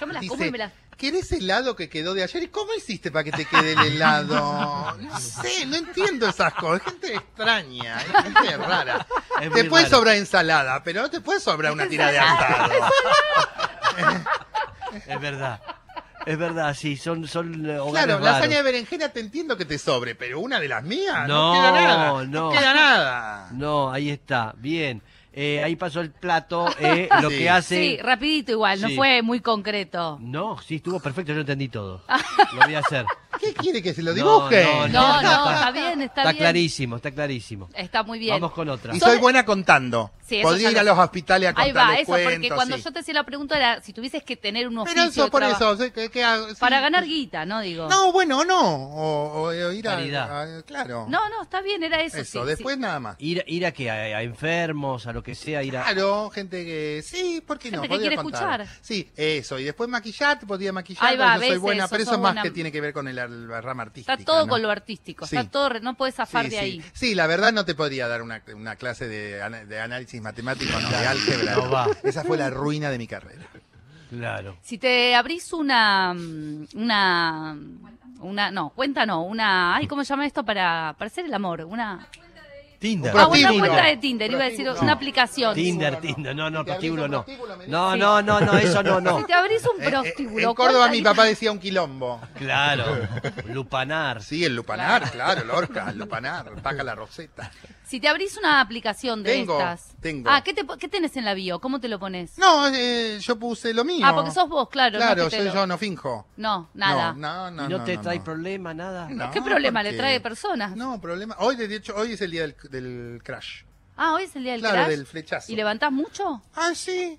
Speaker 2: Yo me las como y
Speaker 3: Dice,
Speaker 2: me las.
Speaker 3: ¿querés helado que quedó de ayer? ¿Y cómo hiciste para que te quede el helado? No sé, no entiendo esas cosas. Es gente extraña, es gente rara.
Speaker 1: Es muy
Speaker 3: te puede
Speaker 1: raro.
Speaker 3: sobrar ensalada, pero no te puede sobrar una tira de asado.
Speaker 1: Es verdad. Es verdad, sí. Son, son eh, hogares
Speaker 3: Claro,
Speaker 1: raros.
Speaker 3: lasaña de berenjena te entiendo que te sobre, pero una de las mías
Speaker 1: No,
Speaker 3: no, queda nada. No,
Speaker 1: no.
Speaker 3: queda nada.
Speaker 1: No, ahí está. Bien. Eh, ahí pasó el plato. eh, lo
Speaker 3: Sí.
Speaker 1: que hace.
Speaker 2: Sí, rapidito igual, no
Speaker 1: Sí.
Speaker 2: fue muy concreto.
Speaker 1: No, sí, estuvo perfecto. Yo entendí todo. Lo voy a hacer.
Speaker 3: ¿Qué quiere que se lo dibuje?
Speaker 1: No,
Speaker 2: No, no,
Speaker 1: está-
Speaker 2: está bien, está,
Speaker 1: Está,
Speaker 2: bien.
Speaker 1: clarísimo, está clarísimo.
Speaker 2: Está muy bien.
Speaker 1: Vamos con otra.
Speaker 3: Y
Speaker 2: Son-
Speaker 3: soy buena contando.
Speaker 2: Sí, eso
Speaker 3: Podría
Speaker 2: ya
Speaker 3: ir
Speaker 2: lo-
Speaker 3: a los hospitales a
Speaker 2: Ahí
Speaker 3: contarles
Speaker 2: va, eso, porque
Speaker 3: cuentos,
Speaker 2: cuando
Speaker 3: sí.
Speaker 2: yo te hacía la pregunta era si tuvieses que tener un oficio.
Speaker 3: Pero eso,
Speaker 2: de
Speaker 3: por
Speaker 2: trabajo.
Speaker 3: eso, ¿sí? ¿qué, qué hago? Sí.
Speaker 2: Para ganar guita, ¿no? Digo.
Speaker 3: No, bueno, no. O, o- o ir a,
Speaker 1: Caridad.
Speaker 3: a- Claro.
Speaker 2: no, no, está bien, era eso.
Speaker 3: eso,
Speaker 2: sí,
Speaker 3: después
Speaker 2: sí.
Speaker 3: nada más.
Speaker 1: Ir, ir a que a, a enfermos, a lo que sea, ir a.
Speaker 3: Claro, gente que sí, ¿por qué no?
Speaker 2: Gente que
Speaker 3: Podría
Speaker 2: quiere
Speaker 3: contar.
Speaker 2: escuchar.
Speaker 3: Sí, eso. Y después maquillarte, podría maquillar,
Speaker 2: Ahí va,
Speaker 3: yo soy
Speaker 2: ves
Speaker 3: buena,
Speaker 2: eso,
Speaker 3: pero eso
Speaker 2: sos
Speaker 3: es más
Speaker 2: buena.
Speaker 3: que tiene que ver con el, ar- la rama artística.
Speaker 2: Está todo
Speaker 3: ¿no?
Speaker 2: con lo artístico,
Speaker 3: Sí.
Speaker 2: está todo, re- no puedes zafar
Speaker 3: Sí,
Speaker 2: de
Speaker 3: sí.
Speaker 2: ahí.
Speaker 3: Sí, la verdad no te podría dar una, una clase de, ana- de análisis matemático, no, de álgebra.
Speaker 1: No va.
Speaker 3: Esa fue la ruina de mi carrera.
Speaker 1: Claro.
Speaker 2: Si te abrís una, mm, una, mm, una, no, cuenta no, una, ay, ¿cómo se llama esto para, para hacer el amor? Una,
Speaker 1: Tinder.
Speaker 2: ah, una
Speaker 3: Prostíbulo.
Speaker 2: cuenta de Tinder, iba a decir,
Speaker 3: Prostíbulo.
Speaker 2: una aplicación.
Speaker 1: Tinder,
Speaker 3: no.
Speaker 1: Tinder. No, no,
Speaker 3: Si te abrís
Speaker 1: prostíbulo
Speaker 3: un
Speaker 1: no.
Speaker 3: prostíbulo, me
Speaker 1: No,
Speaker 3: dice.
Speaker 1: no, no, no, eso no, no.
Speaker 2: Si te abrís un
Speaker 3: Eh, eh,
Speaker 2: prostíbulo.
Speaker 3: en Córdoba
Speaker 2: cuenta-
Speaker 3: mi papá decía un quilombo.
Speaker 1: Claro. Lupanar.
Speaker 3: Sí, el lupanar, claro, Lorca, el lupanar, paga la roseta.
Speaker 2: Si te abrís una aplicación de
Speaker 3: Tengo,
Speaker 2: estas.
Speaker 3: tengo.
Speaker 2: Ah, ¿qué, te, po- ¿qué tenés en la bio? ¿Cómo te lo pones?
Speaker 3: No, eh, yo puse lo mío.
Speaker 2: Ah, porque sos vos, claro. no
Speaker 3: Claro,
Speaker 2: es que te
Speaker 3: yo,
Speaker 2: lo-
Speaker 3: yo no finjo.
Speaker 2: No, nada.
Speaker 3: No, no, no.
Speaker 1: ¿Y no te
Speaker 3: no,
Speaker 1: trae
Speaker 3: no.
Speaker 1: problema, nada?
Speaker 3: No,
Speaker 2: ¿Qué problema? ¿Le
Speaker 3: porque-
Speaker 2: trae personas?
Speaker 3: No, problema. Hoy, de hecho, hoy es el día del, del crash.
Speaker 2: Ah, hoy es el día del
Speaker 3: claro,
Speaker 2: crash.
Speaker 3: del flechazo.
Speaker 2: ¿Y levantás mucho?
Speaker 3: Ah, sí.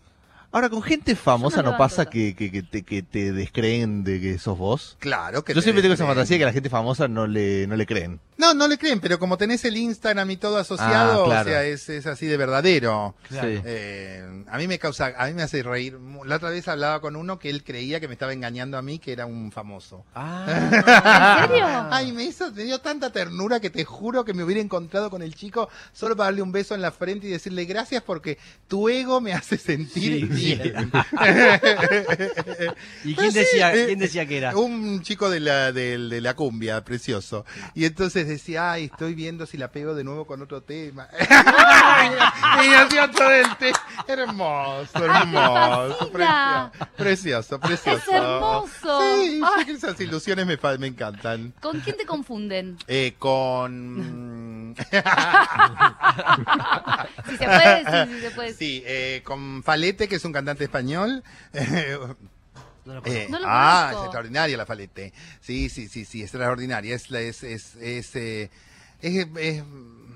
Speaker 5: Ahora, con gente famosa
Speaker 2: Yo no
Speaker 5: no
Speaker 2: levanto
Speaker 5: pasa
Speaker 2: tanto.
Speaker 5: que, que, que te, que te descreen de que sos vos.
Speaker 3: Claro que
Speaker 5: Yo
Speaker 3: te
Speaker 5: siempre tengo esa
Speaker 3: creen.
Speaker 5: fantasía que a la gente famosa no le, no le creen.
Speaker 3: No, no le creen, pero como tenés el Instagram y todo asociado,
Speaker 5: Ah, claro.
Speaker 3: o sea, es, es así de verdadero.
Speaker 1: Claro.
Speaker 5: Sí.
Speaker 3: Eh, a mí me causa, a mí me hace reír. mu- La otra vez hablaba con uno que él creía que me estaba engañando a mí, que era un famoso.
Speaker 1: Ah,
Speaker 2: ¿En serio?
Speaker 3: Ay, me hizo, me dio tanta ternura que te juro que me hubiera encontrado con el chico solo para darle un beso en la frente y decirle gracias porque tu ego me hace
Speaker 1: Sí,
Speaker 3: sentir
Speaker 5: bien.
Speaker 1: ¿Y quién
Speaker 3: sí,
Speaker 1: decía,
Speaker 3: eh,
Speaker 1: quién decía que era?
Speaker 3: Un chico de la, del- de la cumbia, precioso. Y entonces decía, ay, estoy viendo si la pego de nuevo con otro tema. y hacía todo el tema. Hermoso, hermoso,
Speaker 2: fascina.
Speaker 3: precioso, precioso, precioso.
Speaker 2: Es hermoso.
Speaker 3: Sí,
Speaker 2: Ay.
Speaker 3: sí, que esas ilusiones me, fa- me encantan.
Speaker 2: ¿Con quién te confunden?
Speaker 3: Eh, con...
Speaker 2: Si se puede decir, si se puede decir.
Speaker 3: sí, eh, con Falete, que es un cantante español.
Speaker 1: No lo
Speaker 3: Eh,
Speaker 1: conozco.
Speaker 2: No lo
Speaker 3: ah,
Speaker 2: conozco.
Speaker 3: es extraordinaria la falete. Sí, sí, sí, sí, extraordinaria. Es, la- es, es, es, eh, es- es, mm,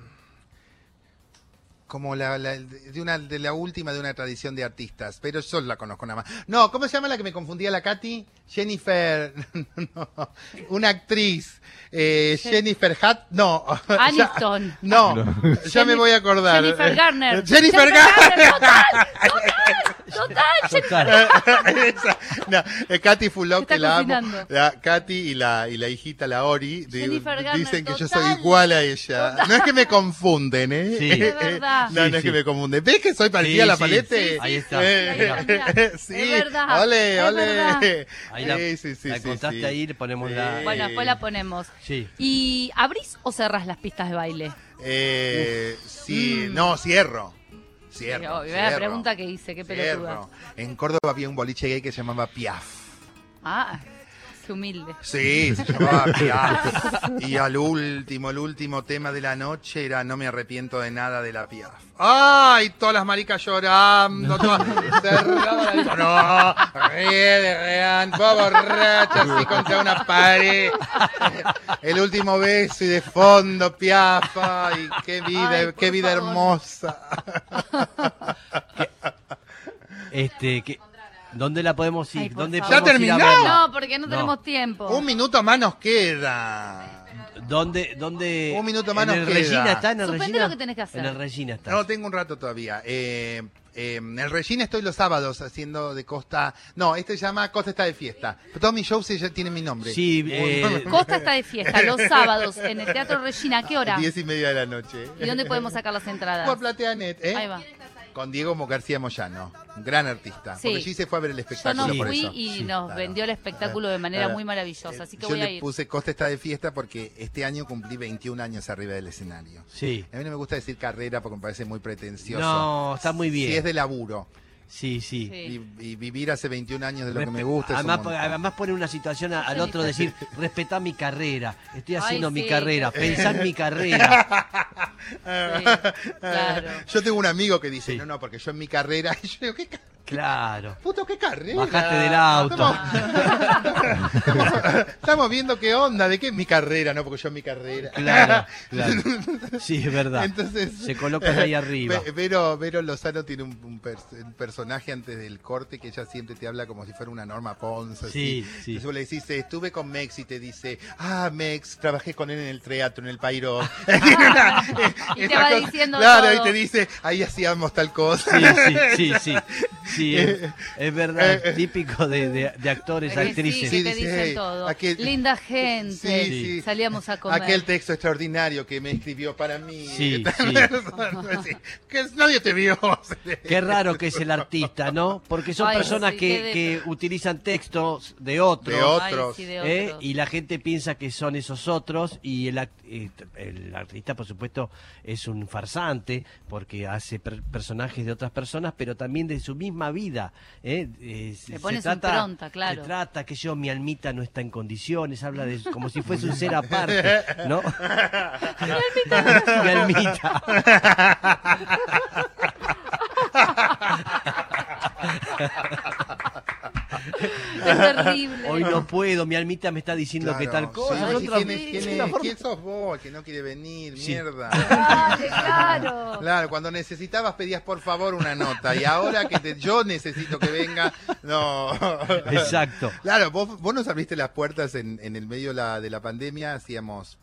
Speaker 3: como la, la- de una de la última de una tradición de artistas, pero yo la conozco nada más. No, ¿cómo se llama la que me confundía la Katy? Jennifer, no, una actriz, Eh, Jennifer Hat, no, ya-
Speaker 2: Aniston.
Speaker 3: no, ya me
Speaker 2: Ah, Jenni-
Speaker 3: voy a acordar.
Speaker 2: Ah, Jennifer Garner.
Speaker 3: Jennifer Garner.
Speaker 2: Total, total, total.
Speaker 3: eh,
Speaker 2: Jennifer-
Speaker 1: Total.
Speaker 3: Esa, no, eh, Katy Fulop,
Speaker 2: Está
Speaker 3: que la amo.
Speaker 2: cocinando.
Speaker 3: La, Katy y la, y la hijita, la Ori, di-
Speaker 2: Jennifer Garner,
Speaker 3: dicen que yo soy
Speaker 2: total.
Speaker 3: igual a ella. No es que me confunden, ¿eh?
Speaker 1: Sí.
Speaker 2: De verdad.
Speaker 3: No,
Speaker 1: Sí,
Speaker 3: no es
Speaker 1: sí.
Speaker 3: que me confunden. ¿Ves que soy parecida
Speaker 1: Sí,
Speaker 3: a la
Speaker 1: sí,
Speaker 3: palete?
Speaker 1: sí, ahí está.
Speaker 3: Eh,
Speaker 2: Ahí está.
Speaker 3: sí,
Speaker 2: Es verdad,
Speaker 3: ole,
Speaker 2: es
Speaker 3: ole.
Speaker 2: verdad.
Speaker 1: Ahí la,
Speaker 3: eh, Sí, sí, sí,
Speaker 1: la
Speaker 3: sí,
Speaker 1: contaste
Speaker 3: sí. Eh.
Speaker 1: ahí, le ponemos la.
Speaker 3: Sí.
Speaker 2: Bueno, después la ponemos.
Speaker 1: Sí.
Speaker 2: ¿Y abrís o cerrás las pistas de baile?
Speaker 3: Eh, sí,
Speaker 2: Mm.
Speaker 3: no, cierro. Cierro.
Speaker 2: Obvio, la
Speaker 3: cierro,
Speaker 2: pregunta que hice, qué pelotuda.
Speaker 3: cierro. En Córdoba había un boliche gay que se llamaba Piaf.
Speaker 2: Ah, qué humilde.
Speaker 3: Sí, se llamaba Piaf. Y al último, el último tema de la noche era No me arrepiento de nada de la Piaf. ¡Ay! Todas las maricas llorando, todas cerradas. No, ríe de reán, vos borracha así contra una pared. El último beso y de fondo, Piaf. ¡Ay, qué vida,
Speaker 2: Ay, por
Speaker 3: qué vida
Speaker 2: favor.
Speaker 3: hermosa!
Speaker 1: Este, que, ¿Dónde la podemos ir?
Speaker 2: Ay, por
Speaker 1: ¿Dónde
Speaker 2: favor.
Speaker 1: podemos
Speaker 3: ¿Ya
Speaker 1: ir a
Speaker 3: terminó?
Speaker 1: verla?
Speaker 2: No, porque no
Speaker 1: No.
Speaker 2: tenemos tiempo.
Speaker 3: Un minuto más nos queda.
Speaker 1: ¿Dónde, dónde?
Speaker 3: Un minuto más
Speaker 1: ¿En
Speaker 3: nos
Speaker 1: el
Speaker 3: queda.
Speaker 1: Regina está? ¿En el
Speaker 2: Suspende
Speaker 1: Regina?
Speaker 2: lo que tenés que hacer.
Speaker 1: En el Regina está.
Speaker 3: No, tengo un rato todavía. Eh, eh, en el Regina estoy los sábados haciendo de Costa. No, este se llama Costa está de fiesta. Pero todos mis shows ya tienen mi nombre.
Speaker 1: Sí, eh,
Speaker 2: Costa está de fiesta los sábados en el Teatro Regina. ¿A qué hora?
Speaker 3: Diez y media de la noche.
Speaker 2: ¿Y dónde podemos sacar las entradas?
Speaker 3: Por Plateanet, ¿eh?
Speaker 2: Ahí va.
Speaker 3: Con Diego Mo- García Moyano, un gran artista.
Speaker 2: Sí.
Speaker 3: Porque allí se fue a ver el
Speaker 2: Yo
Speaker 3: espectáculo
Speaker 2: no
Speaker 3: por
Speaker 2: fui
Speaker 3: eso.
Speaker 2: y
Speaker 1: Sí,
Speaker 2: nos
Speaker 3: claro.
Speaker 2: vendió el espectáculo de manera
Speaker 3: Claro.
Speaker 2: muy maravillosa, así que
Speaker 3: Yo
Speaker 2: voy a
Speaker 3: le
Speaker 2: ir.
Speaker 3: puse Costa está de fiesta porque este año cumplí 21 años arriba del escenario.
Speaker 1: sí.
Speaker 3: A mí no me gusta decir carrera porque me parece muy pretencioso.
Speaker 1: No, está muy
Speaker 3: Si es
Speaker 1: bien.
Speaker 3: de laburo.
Speaker 1: Sí, sí.
Speaker 2: Sí.
Speaker 3: Y, y vivir hace 21 años de lo que me
Speaker 1: Respe-
Speaker 3: gusta. es un
Speaker 1: Además,
Speaker 3: montón.
Speaker 1: además pone una situación a- al otro decir, respetá mi carrera, estoy
Speaker 2: Ay,
Speaker 1: haciendo mi
Speaker 2: sí.
Speaker 1: carrera, pensá en mi carrera.
Speaker 2: Sí, claro.
Speaker 3: Yo tengo un amigo que dice,
Speaker 1: Sí.
Speaker 3: no, no, porque yo en mi carrera, y yo digo, ¿qué ca-
Speaker 1: Claro.
Speaker 3: puto, qué carrera?
Speaker 1: Bajaste del auto.
Speaker 3: Estamos, estamos- estamos viendo qué onda, de qué es mi carrera, no, porque yo en mi carrera.
Speaker 1: Claro, claro. Sí, es verdad.
Speaker 3: Entonces,
Speaker 1: Se colocan ahí arriba.
Speaker 3: Ve- Vero, Vero Lozano tiene un, un pers- un personaje antes del corte que ella siempre te habla como si fuera una Norma Ponce. así.
Speaker 1: Sí, sí.
Speaker 3: Entonces vos le decís, "Eh, estuve con Mex y te dice, ah, Mex, trabajé con él en el teatro, en el Pairo.
Speaker 2: Y te va diciendo
Speaker 3: Claro,
Speaker 2: todo.
Speaker 3: y te dice, ahí hacíamos tal cosa.
Speaker 1: Sí, sí, sí, sí. Sí, es, es verdad, es típico de, de- de actores,
Speaker 2: Es que
Speaker 1: actrices.
Speaker 2: Sí,
Speaker 3: Sí,
Speaker 2: que te
Speaker 3: dice,
Speaker 2: dicen
Speaker 3: "Hey,
Speaker 2: todo.
Speaker 3: aquel-
Speaker 2: Linda gente.
Speaker 3: Sí, sí.
Speaker 2: Salíamos a comer.
Speaker 3: Aquel texto extraordinario que me escribió para mí.
Speaker 1: Sí,
Speaker 3: Sí, que nadie te vio.
Speaker 1: Qué raro que es el artista, ¿no? Porque son
Speaker 2: Ay,
Speaker 1: personas
Speaker 2: sí,
Speaker 1: que,
Speaker 2: qué
Speaker 1: que utilizan textos de otros.
Speaker 3: De
Speaker 2: Ay,
Speaker 3: otros.
Speaker 2: sí, de
Speaker 1: ¿eh?
Speaker 2: otros.
Speaker 1: y la gente piensa que son esos otros y el, act- eh, t- el artista por supuesto es un farsante porque hace per- personajes de otras personas pero también de su misma vida ¿eh? Eh, se-
Speaker 2: Le pone
Speaker 1: se
Speaker 2: su impronta, claro.
Speaker 1: se trata que yo mi almita no está en condiciones habla de como si fuese un ser aparte no mi almita
Speaker 2: Es terrible.
Speaker 1: hoy no puedo mi almita me está diciendo
Speaker 3: Claro,
Speaker 1: que tal cosa
Speaker 3: sí,
Speaker 1: es
Speaker 3: sí,
Speaker 1: otra-
Speaker 3: ¿quién, es- quién
Speaker 1: es
Speaker 3: es-
Speaker 1: una forma-
Speaker 3: quién sos vos que no quiere venir?
Speaker 1: Sí.
Speaker 3: Mierda.
Speaker 2: Claro, claro.
Speaker 3: Claro, cuando necesitabas pedías por favor una nota y ahora que te- yo necesito que venga, no.
Speaker 1: exacto
Speaker 3: Claro, vos, vos nos abriste las puertas en, en el medio de la, de la pandemia, hacíamos,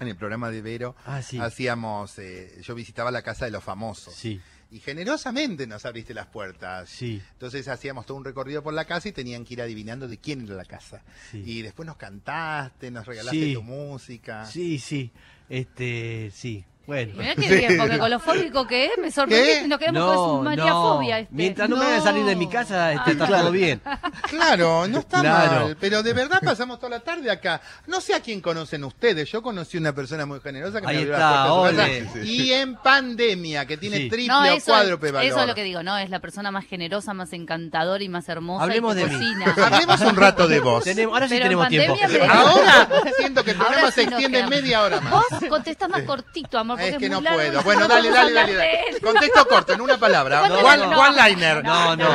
Speaker 3: en el programa de Vero,
Speaker 1: Ah, sí.
Speaker 3: hacíamos, eh, yo visitaba la casa de los famosos
Speaker 1: sí
Speaker 3: y generosamente nos abriste las puertas.
Speaker 1: sí
Speaker 3: Entonces hacíamos todo un recorrido por la casa y tenían que ir adivinando de quién era la casa.
Speaker 1: Sí.
Speaker 3: Y después nos cantaste, nos regalaste
Speaker 1: Sí.
Speaker 3: tu música.
Speaker 1: Sí, sí, este, sí. Bueno.
Speaker 2: Mirá qué bien, porque con lo fóbico que es, me sorprendí.
Speaker 3: ¿Qué?
Speaker 2: Nos quedamos con su maniafobia. este. Ah,
Speaker 1: mientras no, me hagan
Speaker 3: No.
Speaker 1: salir de mi casa, este, está
Speaker 3: Claro.
Speaker 1: todo bien.
Speaker 3: Claro, no está
Speaker 1: Claro.
Speaker 3: mal, pero de verdad pasamos toda la tarde acá. No sé a quién conocen ustedes, yo conocí una persona muy generosa que
Speaker 1: Ahí
Speaker 3: me abrió
Speaker 1: está,
Speaker 3: la puerta de
Speaker 1: ole.
Speaker 3: su casa. Y en pandemia, que tiene
Speaker 1: Sí.
Speaker 3: triple
Speaker 2: No,
Speaker 3: o cuádruple valor.
Speaker 2: eso es lo que digo, no, es la persona más generosa, más encantadora y más hermosa
Speaker 1: Hablemos
Speaker 2: y que
Speaker 1: de mí.
Speaker 2: cocina.
Speaker 3: Hablemos un rato de vos.
Speaker 1: Tenemos- ahora sí
Speaker 2: Pero en
Speaker 1: tenemos tiempo.
Speaker 2: pandemia me-
Speaker 3: Ahora siento que el
Speaker 2: Ahora
Speaker 3: programa
Speaker 2: sí
Speaker 3: se
Speaker 2: nos
Speaker 3: extiende
Speaker 2: quedamos.
Speaker 3: media hora más.
Speaker 2: Vos contestás más cortito, amor, porque
Speaker 3: Es
Speaker 2: es,
Speaker 3: que
Speaker 2: muy
Speaker 3: no
Speaker 2: largo,
Speaker 3: puedo.
Speaker 2: entonces
Speaker 3: Bueno,
Speaker 2: no
Speaker 3: dale,
Speaker 2: podemos
Speaker 3: dale, dale.
Speaker 2: hablar de
Speaker 3: dale.
Speaker 2: él.
Speaker 3: Contexto corto, en una palabra.
Speaker 2: No,
Speaker 3: one,
Speaker 2: no.
Speaker 3: one liner.
Speaker 1: No, no.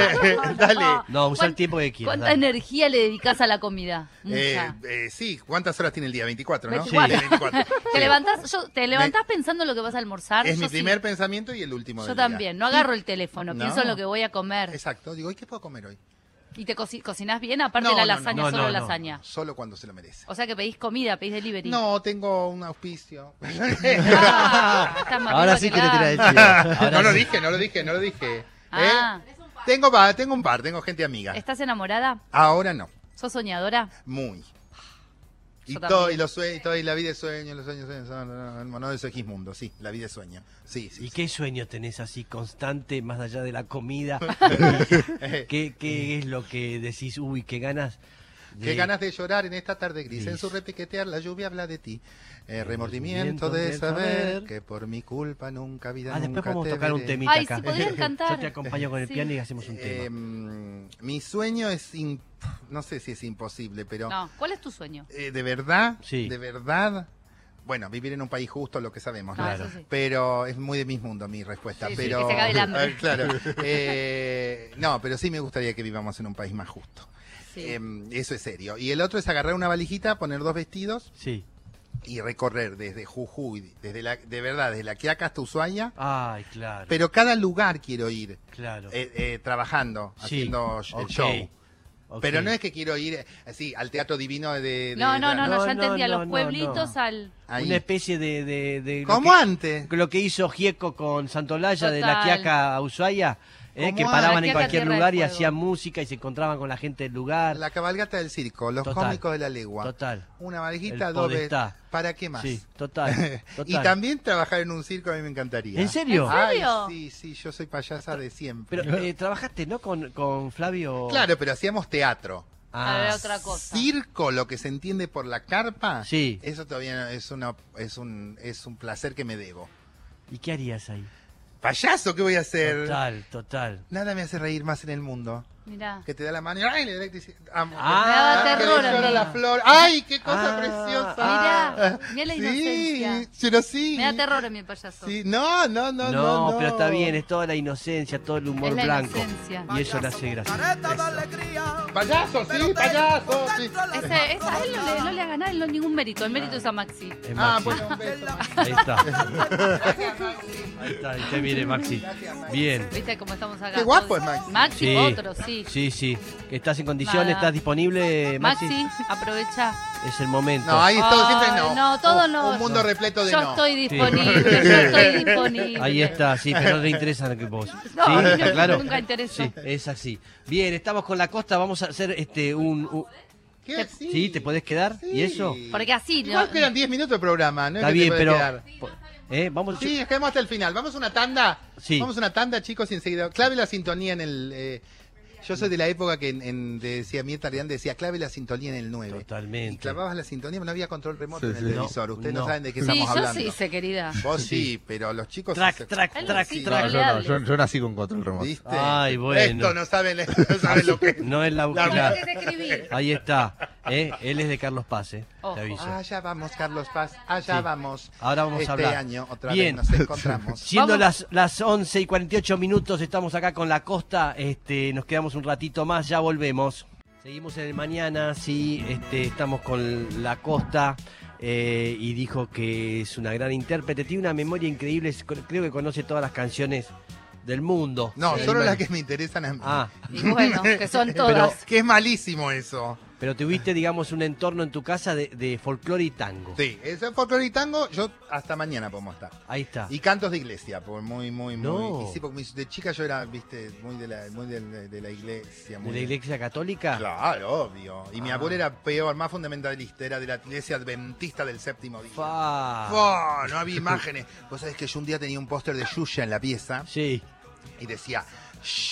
Speaker 3: dale.
Speaker 1: No, usa el
Speaker 2: ¿Cuán-
Speaker 1: tiempo que quieras.
Speaker 2: ¿Cuánta
Speaker 1: dale.
Speaker 2: energía le dedicas a la comida? Mucha.
Speaker 3: Eh, eh, sí, ¿cuántas horas tiene el día? 24, ¿no?
Speaker 2: 24.
Speaker 3: Sí, 24.
Speaker 2: te
Speaker 3: Sí.
Speaker 2: levantás, yo, te levantás pensando en lo que vas a almorzar.
Speaker 3: Es
Speaker 2: yo
Speaker 3: mi
Speaker 2: sí.
Speaker 3: primer pensamiento y el último
Speaker 2: Yo
Speaker 3: del día.
Speaker 2: también, no agarro el teléfono,
Speaker 3: No.
Speaker 2: pienso en lo que voy a comer.
Speaker 3: Exacto, digo, ¿y qué puedo comer hoy?
Speaker 2: ¿Y te coci- cocinás bien? Aparte
Speaker 3: No,
Speaker 2: de la
Speaker 3: no, no.
Speaker 2: lasaña,
Speaker 1: No,
Speaker 2: solo
Speaker 1: no, no.
Speaker 2: lasaña.
Speaker 3: Solo cuando se lo merece.
Speaker 2: O sea que pedís comida, pedís delivery.
Speaker 3: No, tengo un auspicio.
Speaker 2: Ah, estás más
Speaker 5: Ahora
Speaker 2: viva
Speaker 5: sí que le
Speaker 2: la-
Speaker 5: tira el chivo. Ahora
Speaker 3: no lo
Speaker 5: sí.
Speaker 3: dije, no lo dije, no lo dije. ¿Eh?
Speaker 2: Ah.
Speaker 3: Tengo, va- tengo un par, tengo gente amiga.
Speaker 2: ¿Estás enamorada?
Speaker 3: Ahora no,
Speaker 2: ¿Sos soñadora?
Speaker 3: muy. Y
Speaker 2: Yo
Speaker 3: todo, y
Speaker 2: también.
Speaker 3: los sueños, todo, y la vida es sueño, los sueños, sueños, no, no, no, no, eso es Gismundo, sí, la vida es sueño. Sí, sí.
Speaker 1: ¿Y
Speaker 3: sí.
Speaker 1: qué sueño tenés así constante, más allá de la comida?
Speaker 3: Eh, ¿Qué,
Speaker 1: ¿Qué, qué es lo que decís? Uy, qué ganas. de-
Speaker 3: ganas de llorar en esta tarde gris, en
Speaker 1: Gris.
Speaker 3: su repiquetear, la lluvia habla de ti. Eh, remordimiento de
Speaker 1: Remordimiento de
Speaker 3: saber
Speaker 1: saber
Speaker 3: que por mi culpa nunca vida
Speaker 1: Ah, después
Speaker 3: nunca
Speaker 1: podemos
Speaker 3: te
Speaker 1: tocar un
Speaker 3: veré.
Speaker 1: temita
Speaker 2: Ay,
Speaker 1: acá.
Speaker 2: si podrían
Speaker 1: Yo
Speaker 2: cantar.
Speaker 1: te acompaño con el
Speaker 2: Sí.
Speaker 1: piano y hacemos un
Speaker 3: Eh,
Speaker 1: tema.
Speaker 3: mm, mi sueño es, im- no sé si es imposible, pero
Speaker 2: No, ¿cuál es tu sueño?
Speaker 3: eh, de verdad,
Speaker 1: Sí.
Speaker 3: de verdad, bueno, vivir en un país justo, lo que sabemos, ¿no?
Speaker 2: Ah, eso sí.
Speaker 3: Pero es muy de mis mundo mi respuesta,
Speaker 2: Sí, sí,
Speaker 3: pero
Speaker 2: que se acabe el hambre.
Speaker 3: Ah, claro, Eh, no, pero sí me gustaría que vivamos en un país más justo.
Speaker 2: Sí.
Speaker 3: Em, eso es serio. Y el otro es agarrar una valijita, poner dos vestidos
Speaker 1: Sí.
Speaker 3: y recorrer desde Jujuy, desde la, de verdad, desde la Quiaca hasta Ushuaia.
Speaker 1: Ay, claro.
Speaker 3: Pero cada lugar quiero ir
Speaker 1: claro.
Speaker 3: eh, eh, trabajando,
Speaker 1: Sí,
Speaker 3: haciendo sh- el
Speaker 1: ok,
Speaker 3: show.
Speaker 1: ok.
Speaker 3: Pero no es que quiero ir eh, así al teatro divino de. de-
Speaker 2: No,
Speaker 3: de-
Speaker 2: no, no, no,
Speaker 1: No,
Speaker 2: ya
Speaker 1: no,
Speaker 2: entendí a
Speaker 1: no,
Speaker 2: los
Speaker 1: no,
Speaker 2: pueblitos
Speaker 1: no.
Speaker 2: al.
Speaker 3: ahí.
Speaker 1: Una especie de. de, de lo
Speaker 3: Como
Speaker 1: que-
Speaker 3: antes.
Speaker 1: Lo que hizo Gieco con Santolaya de la
Speaker 2: Total.
Speaker 1: Quiaca a Ushuaia, eh,
Speaker 3: Como
Speaker 1: que
Speaker 3: antes.
Speaker 1: paraban
Speaker 2: La
Speaker 1: en
Speaker 2: Quiaca
Speaker 1: cualquier
Speaker 2: Tierra de
Speaker 1: lugar y
Speaker 2: Fuego.
Speaker 1: hacían música y se encontraban con la gente del lugar.
Speaker 3: La cabalgata del circo, los
Speaker 1: Total.
Speaker 3: cómicos de la legua.
Speaker 1: Total.
Speaker 3: Una valijita,
Speaker 1: El
Speaker 3: dos veces.
Speaker 1: podestá.
Speaker 3: ¿Para qué más?
Speaker 1: Sí, total.
Speaker 3: y
Speaker 1: total.
Speaker 3: también Ah, trabajar en un circo a mí me encantaría.
Speaker 1: ¿En serio?
Speaker 2: ¿En
Speaker 3: Ay,
Speaker 2: serio?
Speaker 3: sí, sí, yo soy payasa de siempre.
Speaker 1: Pero eh, trabajaste, ¿no? Con, con Flavio.
Speaker 3: claro, pero hacíamos teatro.
Speaker 2: A
Speaker 1: Ah,
Speaker 2: ver, otra cosa.
Speaker 3: Circo, lo que se entiende por la carpa,
Speaker 1: Sí.
Speaker 3: eso todavía no- es una es un es un placer que me debo.
Speaker 1: ¿Y qué harías ahí?
Speaker 3: Payaso, ¿qué voy a hacer?
Speaker 1: Total, total.
Speaker 3: Nada me hace reír más en el mundo.
Speaker 2: Mirá.
Speaker 3: Que te da la mano y ¡ay! Le da electricidad. Amo.
Speaker 1: Ah,
Speaker 2: Me daba
Speaker 3: que
Speaker 2: terror
Speaker 3: le
Speaker 2: a
Speaker 3: llora
Speaker 2: mí.
Speaker 3: la flor. ¡Ay, qué cosa
Speaker 1: Ah,
Speaker 3: preciosa!
Speaker 2: Mirá, mirá la
Speaker 3: sí,
Speaker 2: inocencia.
Speaker 3: pero sí.
Speaker 2: Me da terror a mí el payaso.
Speaker 3: Sí, no, no, no,
Speaker 1: No,
Speaker 3: no,
Speaker 1: pero está bien, es toda la inocencia, todo el humor
Speaker 2: Es la
Speaker 1: blanco.
Speaker 2: inocencia.
Speaker 1: Y eso la hace gracioso.
Speaker 6: Careta de alegría.
Speaker 3: Payaso, sí, payaso. Sí.
Speaker 2: Ese, esa- a él no le, no le hagas nada, él no ningún mérito. El mérito es a Maxi.
Speaker 1: Es
Speaker 3: Ah,
Speaker 1: Maxi.
Speaker 3: bueno, un beso.
Speaker 1: Ahí está. Ahí está, ahí te viene Maxi. Bien.
Speaker 2: ¿Viste cómo estamos acá?
Speaker 3: Qué guapo
Speaker 2: todos?
Speaker 3: es Maxi.
Speaker 2: Maxi,
Speaker 1: Sí.
Speaker 2: otro, sí.
Speaker 1: Sí, sí. ¿Estás en condiciones?
Speaker 2: Nada.
Speaker 1: ¿Estás
Speaker 3: Eh,
Speaker 1: disponible, Maxi?
Speaker 2: Maxi, aprovecha.
Speaker 1: Es el momento.
Speaker 3: No, ahí todo
Speaker 2: Ay,
Speaker 3: siempre no.
Speaker 2: no, todo
Speaker 3: Un-
Speaker 2: no.
Speaker 3: Un mundo repleto de
Speaker 2: Yo
Speaker 3: no.
Speaker 2: estoy disponible, yo estoy disponible.
Speaker 1: Ahí está, sí, pero no le interesa que vos.
Speaker 2: No,
Speaker 1: ¿Sí?
Speaker 2: no,
Speaker 1: ¿Está claro?
Speaker 2: nunca interesó.
Speaker 1: Sí, es así. Bien, estamos con la costa, vamos a hacer este un... un-
Speaker 3: ¿Qué?
Speaker 1: ¿Sí? ¿Te podés quedar? ¿Y eso?
Speaker 2: Porque así,
Speaker 3: Igual
Speaker 2: no-
Speaker 3: quedan 10 minutos de programa, ¿no? es
Speaker 1: Está
Speaker 3: que te
Speaker 1: bien,
Speaker 3: puedes
Speaker 1: pero...
Speaker 3: quedar.
Speaker 1: po- ¿Eh? Vamos...
Speaker 3: Sí, es que vamos hasta el final. Vamos a una tanda.
Speaker 1: Sí.
Speaker 3: Vamos a una tanda, chicos, y enseguida. Clave la sintonía en el. eh, yo soy de la época que en, en- de- decía Mirta Leán, decía clave la sintonía en el 9.
Speaker 1: Totalmente.
Speaker 3: Y clavabas la sintonía, pero no había control remoto
Speaker 6: Sí,
Speaker 3: en el
Speaker 6: sí.
Speaker 3: televisor. Ustedes no,
Speaker 1: no.
Speaker 3: saben de
Speaker 2: Sí,
Speaker 3: qué estamos
Speaker 2: yo
Speaker 3: hablando.
Speaker 2: sí sé, querida.
Speaker 3: Vos sí, pero los chicos.
Speaker 1: Track, track,
Speaker 2: Algo
Speaker 1: track,
Speaker 2: así,
Speaker 1: track.
Speaker 6: No, yo, no, yo, yo nací con control remoto.
Speaker 3: ¿Viste?
Speaker 1: Ay, bueno.
Speaker 3: Esto no saben, no saben lo que es.
Speaker 1: No es la
Speaker 3: La-
Speaker 1: búsqueda.
Speaker 2: Tenés que escribir.
Speaker 1: Ahí está. ¿eh? Él es de Carlos Paz, ¿eh?
Speaker 2: Ojo.
Speaker 1: Te aviso.
Speaker 3: Allá vamos, Carlos Paz. Allá
Speaker 1: Sí.
Speaker 3: vamos.
Speaker 1: Ahora vamos a
Speaker 3: Ah, este
Speaker 1: hablar.
Speaker 3: año otra
Speaker 1: Bien.
Speaker 3: vez nos encontramos.
Speaker 1: Siendo
Speaker 2: Vamos.
Speaker 1: las, las 11 y 48 minutos, estamos acá con la costa. Este, nos quedamos un ratito más, ya volvemos. Seguimos en el mañana, sí, este, estamos con la costa. eh, y dijo que es una gran intérprete, tiene una memoria increíble, es- creo que conoce todas las canciones del mundo.
Speaker 3: No,
Speaker 1: Sí.
Speaker 3: solo las que me interesan a mí.
Speaker 1: Ah,
Speaker 2: Y bueno, que son
Speaker 3: Pero
Speaker 2: todas.
Speaker 3: que es malísimo eso.
Speaker 1: Pero tuviste, digamos, un entorno en tu casa de, de folclore y tango.
Speaker 3: Sí, ese folclore y tango, yo hasta mañana podemos estar.
Speaker 1: Ahí está.
Speaker 3: Y cantos de iglesia, por muy, muy, muy.
Speaker 1: Ah. No.
Speaker 3: y sí, porque mis- de chica yo era, viste, muy de la, muy de, de- de la iglesia. Muy
Speaker 1: ¿De la iglesia católica?
Speaker 3: Claro, obvio. Y mi
Speaker 1: Ah.
Speaker 3: abuelo era peor, más fundamentalista, era de la iglesia adventista del séptimo día.
Speaker 1: Fa.
Speaker 3: Fua, no había imágenes. Vos sabés que yo un día tenía un póster de Yuya en la pieza
Speaker 1: Sí.
Speaker 3: y decía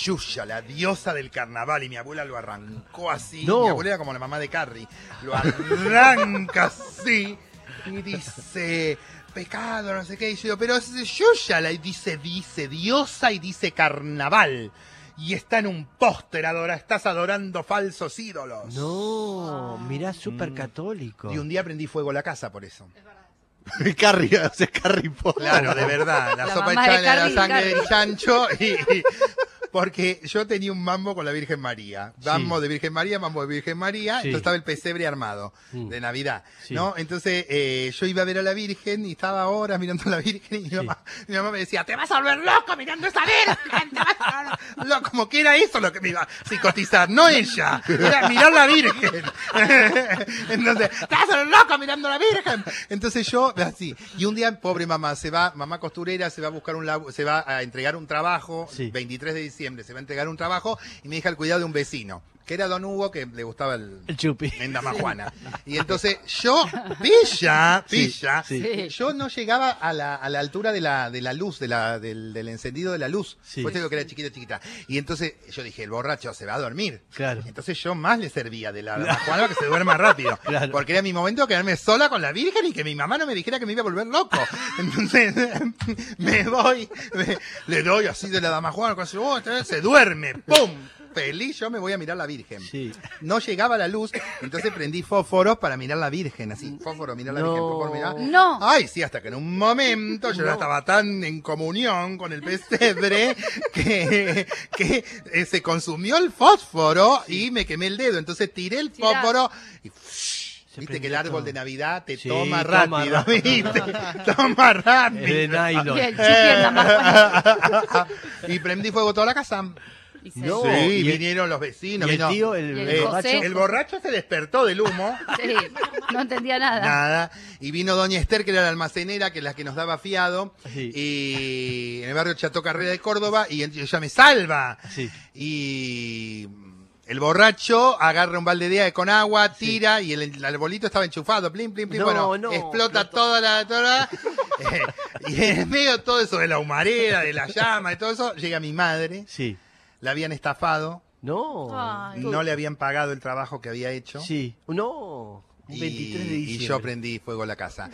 Speaker 3: Yuya, la diosa del carnaval. Y mi abuela lo arrancó así.
Speaker 1: No.
Speaker 3: Mi abuela era como la mamá de Carrie. Lo arranca así y dice pecado, no sé qué. Y yo digo, pero es Yuya. la- Y dice, dice diosa y dice carnaval. Y está en un póster, adora, estás adorando falsos ídolos.
Speaker 1: No, mirá, súper católico.
Speaker 3: Y un día prendí fuego la casa por eso.
Speaker 5: Carrie, hace Carrie Potter.
Speaker 3: Claro, de verdad. La,
Speaker 2: La
Speaker 3: sopa
Speaker 2: mamá de
Speaker 3: echada
Speaker 2: Cardi,
Speaker 3: en la sangre
Speaker 2: Cardi.
Speaker 3: del chancho. y- y- porque yo tenía un mambo con la Virgen María. Mambo de Virgen María, mambo de Virgen María.
Speaker 1: Sí.
Speaker 3: Entonces estaba el pesebre armado
Speaker 1: Mm.
Speaker 3: de Navidad.
Speaker 1: Sí.
Speaker 3: ¿no? Entonces eh, yo iba a ver a la Virgen y estaba horas mirando a la Virgen. Y mi,
Speaker 1: Sí.
Speaker 3: mamá, mi mamá me decía: Te vas a volver loco mirando esa Virgen. Te vas a volver loco. Como que era eso lo que me iba a psicotizar, no ella. Era mirar la Virgen. Entonces, te vas a volver loco mirando a la Virgen. Entonces yo, así. Y un día, pobre mamá, se va, mamá costurera, se va a buscar un labu- se va a entregar un trabajo.
Speaker 1: Sí.
Speaker 3: 23 de diciembre se va a entregar un trabajo y me deja al cuidado de un vecino, que era don Hugo, que le gustaba el,
Speaker 1: El chupi.
Speaker 3: en Damajuana. Y entonces yo, pilla,
Speaker 1: Sí,
Speaker 3: pilla,
Speaker 1: sí.
Speaker 3: yo no llegaba a la, a la altura de la, de la luz, de la, del, del encendido de la luz.
Speaker 1: Sí.
Speaker 3: Pues te digo que era chiquita, chiquita. Y entonces yo dije, el borracho se va a dormir.
Speaker 1: Claro.
Speaker 3: Entonces yo más le servía de la Damajuana para que se duerma rápido.
Speaker 1: Claro.
Speaker 3: Porque era mi momento de quedarme sola con la Virgen y que mi mamá no me dijera que me iba a volver loco. Entonces me voy, me- le doy así de la Damajuana, cosas, oh, entonces se duerme, ¡pum! Feliz, yo me voy a mirar la Virgen
Speaker 1: Sí.
Speaker 3: no llegaba la luz, entonces prendí fósforos para mirar la Virgen, así, fósforo, mirar la
Speaker 1: No.
Speaker 3: Virgen, fósforo, mirar.
Speaker 2: No.
Speaker 3: Ay, sí, hasta que en un momento yo ya estaba tan en comunión con el pesebre que, que eh, se consumió el fósforo y me quemé el dedo, entonces tiré el
Speaker 2: Tirá.
Speaker 3: fósforo y... ¡fush!
Speaker 1: Se
Speaker 3: Viste que el
Speaker 1: prendió
Speaker 3: árbol
Speaker 1: todo.
Speaker 3: de Navidad te
Speaker 1: Sí,
Speaker 3: toma
Speaker 1: toma
Speaker 3: rápido,
Speaker 1: rápido.
Speaker 3: ¿viste? Toma rápido.
Speaker 1: El de nylon.
Speaker 2: Y el chupi en la mano.
Speaker 3: y prendí fuego toda la casa.
Speaker 2: Y se-
Speaker 1: No.
Speaker 3: sí,
Speaker 1: y el-
Speaker 3: vinieron los vecinos.
Speaker 1: Y el
Speaker 3: vino-
Speaker 1: tío, el,
Speaker 2: Y el
Speaker 1: el
Speaker 3: eh,
Speaker 1: borracho.
Speaker 2: José.
Speaker 3: el borracho se despertó del humo.
Speaker 2: sí, no entendía nada.
Speaker 3: Nada. Y vino Doña Esther, que era la almacenera, que es la que nos daba fiado.
Speaker 1: Sí.
Speaker 3: Y en el barrio Chato Carrera de Córdoba. Y ent- ella me salva.
Speaker 1: Sí.
Speaker 3: Y el borracho agarra un balde de agua con agua, tira. Y el, el arbolito estaba enchufado. Plin, plin, plin.
Speaker 1: No,
Speaker 3: bueno,
Speaker 1: no,
Speaker 3: explota
Speaker 1: explotó.
Speaker 3: toda la. Toda la- Eh, y en medio de todo eso, de la humareda, de la llama, de todo eso, llega mi madre.
Speaker 1: Sí.
Speaker 3: La habían estafado.
Speaker 1: No.
Speaker 2: Ay.
Speaker 3: No le habían pagado el trabajo que había hecho.
Speaker 1: Sí. No. Un
Speaker 3: Y,
Speaker 1: 23 de
Speaker 3: y
Speaker 1: diciembre.
Speaker 3: yo prendí fuego a la casa.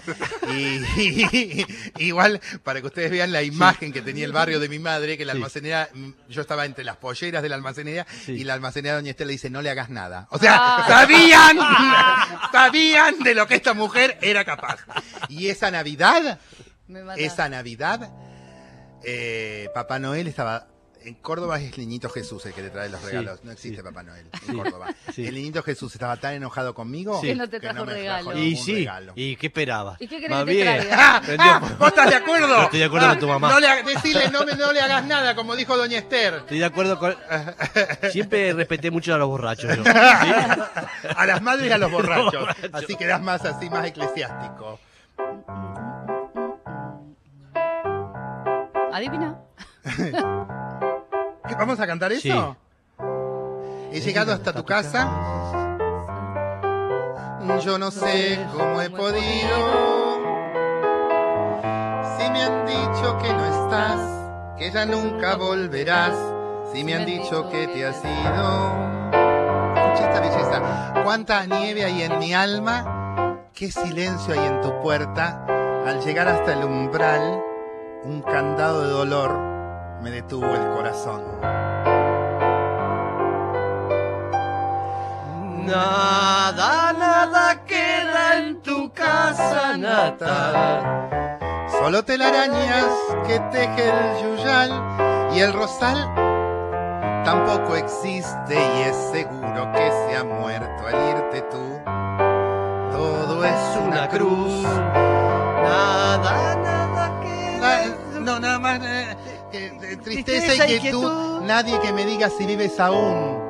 Speaker 3: Y, igual, para que ustedes vean la imagen que tenía el barrio de mi madre, que la
Speaker 1: Sí.
Speaker 3: almacenera, mm, yo estaba entre las polleras de la almacenera
Speaker 1: Sí.
Speaker 3: y la almacenera doña Estela dice, no le hagas nada. O sea,
Speaker 2: Ah.
Speaker 3: sabían, sabían de lo que esta mujer era capaz. Y esa Navidad,
Speaker 2: Me mata.
Speaker 3: esa Navidad, eh, Papá Noel estaba... En Córdoba es el niñito Jesús el que le trae los
Speaker 1: Sí,
Speaker 3: regalos. No existe
Speaker 1: sí.
Speaker 3: Papá Noel en
Speaker 1: Sí,
Speaker 3: Córdoba.
Speaker 1: sí.
Speaker 3: El niñito Jesús estaba tan enojado conmigo
Speaker 1: Sí. Que
Speaker 2: no te trajo
Speaker 3: me
Speaker 2: regalo.
Speaker 3: trajo
Speaker 1: Y
Speaker 3: ningún
Speaker 1: sí.
Speaker 3: regalo.
Speaker 1: ¿Y qué esperabas?
Speaker 2: ¿Y qué querés
Speaker 1: Más
Speaker 2: que te
Speaker 1: bien.
Speaker 2: traiga?
Speaker 1: Prendió
Speaker 3: Ah,
Speaker 1: fuego.
Speaker 3: ¿Vos estás de acuerdo? Ah,
Speaker 1: No estoy de acuerdo con tu mamá.
Speaker 3: No le, ha- decile, no, me- no le hagas nada, como dijo Doña Esther.
Speaker 1: Estoy de acuerdo con. Siempre respeté mucho a los borrachos. yo. ¿Sí?
Speaker 3: A las madres y a los borrachos. Así quedás más así, más eclesiástico.
Speaker 2: Adivina.
Speaker 3: ¿Qué, ¿Vamos a cantar eso? He llegado hasta tu casa. Yo no sé cómo he podido. Si me han dicho que no estás, que ya nunca volverás. Si me han dicho que te has ido. Escucha esta belleza. Cuánta nieve hay en mi alma, qué silencio hay en tu puerta. Al llegar hasta el umbral, un candado de dolor me detuvo el corazón.
Speaker 1: Nada, nada queda en tu casa natal.
Speaker 3: Solo telarañas que teje el yuyal y el rosal tampoco existe y es seguro que se ha muerto al irte tú. Todo es una cruz.
Speaker 1: Nada, nada queda.
Speaker 3: Na-
Speaker 1: en-
Speaker 3: No, nada más. eh, que- de tristeza y quietud. Nadie que me diga si vives aún.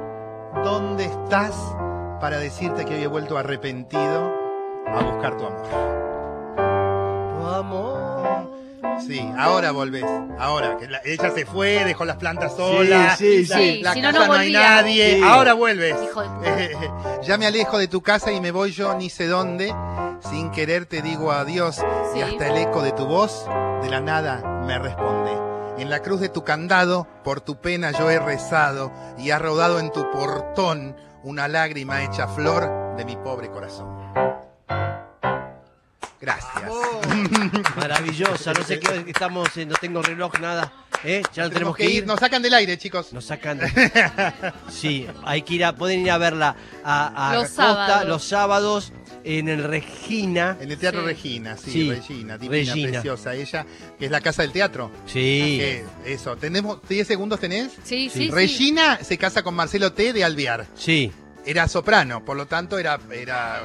Speaker 3: ¿Dónde estás para decirte que hoy he vuelto arrepentido a buscar tu amor.
Speaker 1: Tu amor.
Speaker 3: Sí, ahora volvés. Ahora, que la- ella se fue, dejó las plantas solas.
Speaker 1: sí,
Speaker 3: la,
Speaker 2: sí.
Speaker 3: la
Speaker 2: Si no,
Speaker 3: casa
Speaker 2: no
Speaker 3: no, hay
Speaker 2: volvía.
Speaker 3: nadie.
Speaker 1: Sí.
Speaker 3: Ahora vuelves.
Speaker 2: Hijo de puta.
Speaker 3: Eh, ya me alejo de tu casa y me voy yo ni sé dónde. Sin querer te digo adiós
Speaker 2: Sí.
Speaker 3: y hasta el eco de tu voz de la nada me responde. En la cruz de tu candado, por tu pena yo he rezado y ha rodado en tu portón una lágrima hecha flor de mi pobre corazón. Gracias.
Speaker 1: Maravillosa, no sé qué estamos, eh, no tengo reloj, nada. ¿eh? Ya no tenemos que ir.
Speaker 3: Nos sacan del aire, chicos.
Speaker 1: Nos sacan. Sí, hay que ir a, pueden ir a verla a, a
Speaker 2: Los
Speaker 1: Costa
Speaker 2: sábados.
Speaker 1: los sábados en el Regina.
Speaker 3: En el Teatro
Speaker 2: Sí.
Speaker 3: Regina, sí,
Speaker 1: Sí,
Speaker 3: Regina, divina,
Speaker 1: Regina.
Speaker 3: preciosa ella, que es la casa del teatro.
Speaker 1: Sí.
Speaker 3: Que, eso, tenemos, ¿10 segundos tenés?
Speaker 2: Sí, sí, sí.
Speaker 3: Regina se casa con Marcelo T. de Alvear.
Speaker 1: Sí,
Speaker 3: Era soprano, por lo tanto era, era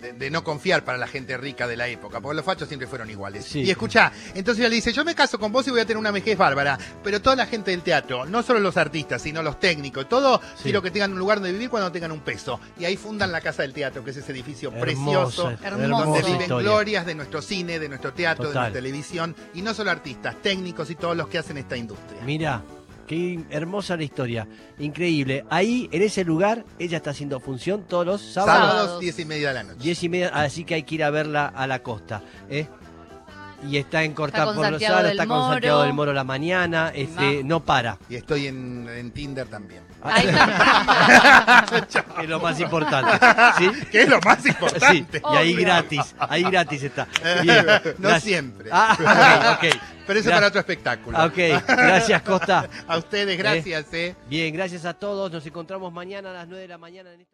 Speaker 3: de, de no confiar para la gente rica de la época, porque los fachos siempre fueron iguales.
Speaker 1: Sí.
Speaker 3: Y escuchá, entonces ella le dice, yo me caso con vos y voy a tener una vejez bárbara, pero toda la gente del teatro, no solo los artistas, sino los técnicos, todo,
Speaker 1: Sí.
Speaker 3: quiero que tengan un lugar donde vivir cuando tengan un peso. Y ahí fundan la Casa del Teatro, que es ese edificio precioso,
Speaker 1: hermosa,
Speaker 2: Hermoso.
Speaker 3: donde
Speaker 1: hermosa
Speaker 3: viven
Speaker 1: historia.
Speaker 3: glorias de nuestro cine, de nuestro teatro, de
Speaker 1: Total.
Speaker 3: nuestra televisión, y no solo artistas, técnicos y todos los que hacen esta industria.
Speaker 1: Mira, qué hermosa la historia, increíble. Ahí, en ese lugar, ella está haciendo función todos los sábados,
Speaker 3: Sábados, diez y media de la noche.
Speaker 1: diez y media, así que hay que ir a verla a la costa. ¿eh? Y está en
Speaker 2: Está
Speaker 1: Cortar
Speaker 2: con
Speaker 1: por
Speaker 2: Santiago
Speaker 1: Rosado,
Speaker 2: del
Speaker 1: está con
Speaker 2: Moro.
Speaker 1: Santiago del Moro la mañana, este, no para,
Speaker 3: Y estoy en, en Tinder también.
Speaker 2: Ahí está.
Speaker 1: que es lo más importante. ¿sí?
Speaker 3: Que es lo más
Speaker 1: Sí,
Speaker 3: importante.
Speaker 1: y ahí
Speaker 2: Obvio.
Speaker 1: gratis, ahí gratis está. Bien,
Speaker 3: Eh, no
Speaker 1: gracias.
Speaker 3: siempre.
Speaker 1: Ah, ok, ok.
Speaker 3: Pero eso
Speaker 1: Gra-
Speaker 3: para otro espectáculo.
Speaker 1: Ah, Ok, gracias Costa.
Speaker 3: A ustedes, gracias, eh.
Speaker 1: Bien, gracias a todos. Nos encontramos mañana a las 9 de la mañana en este-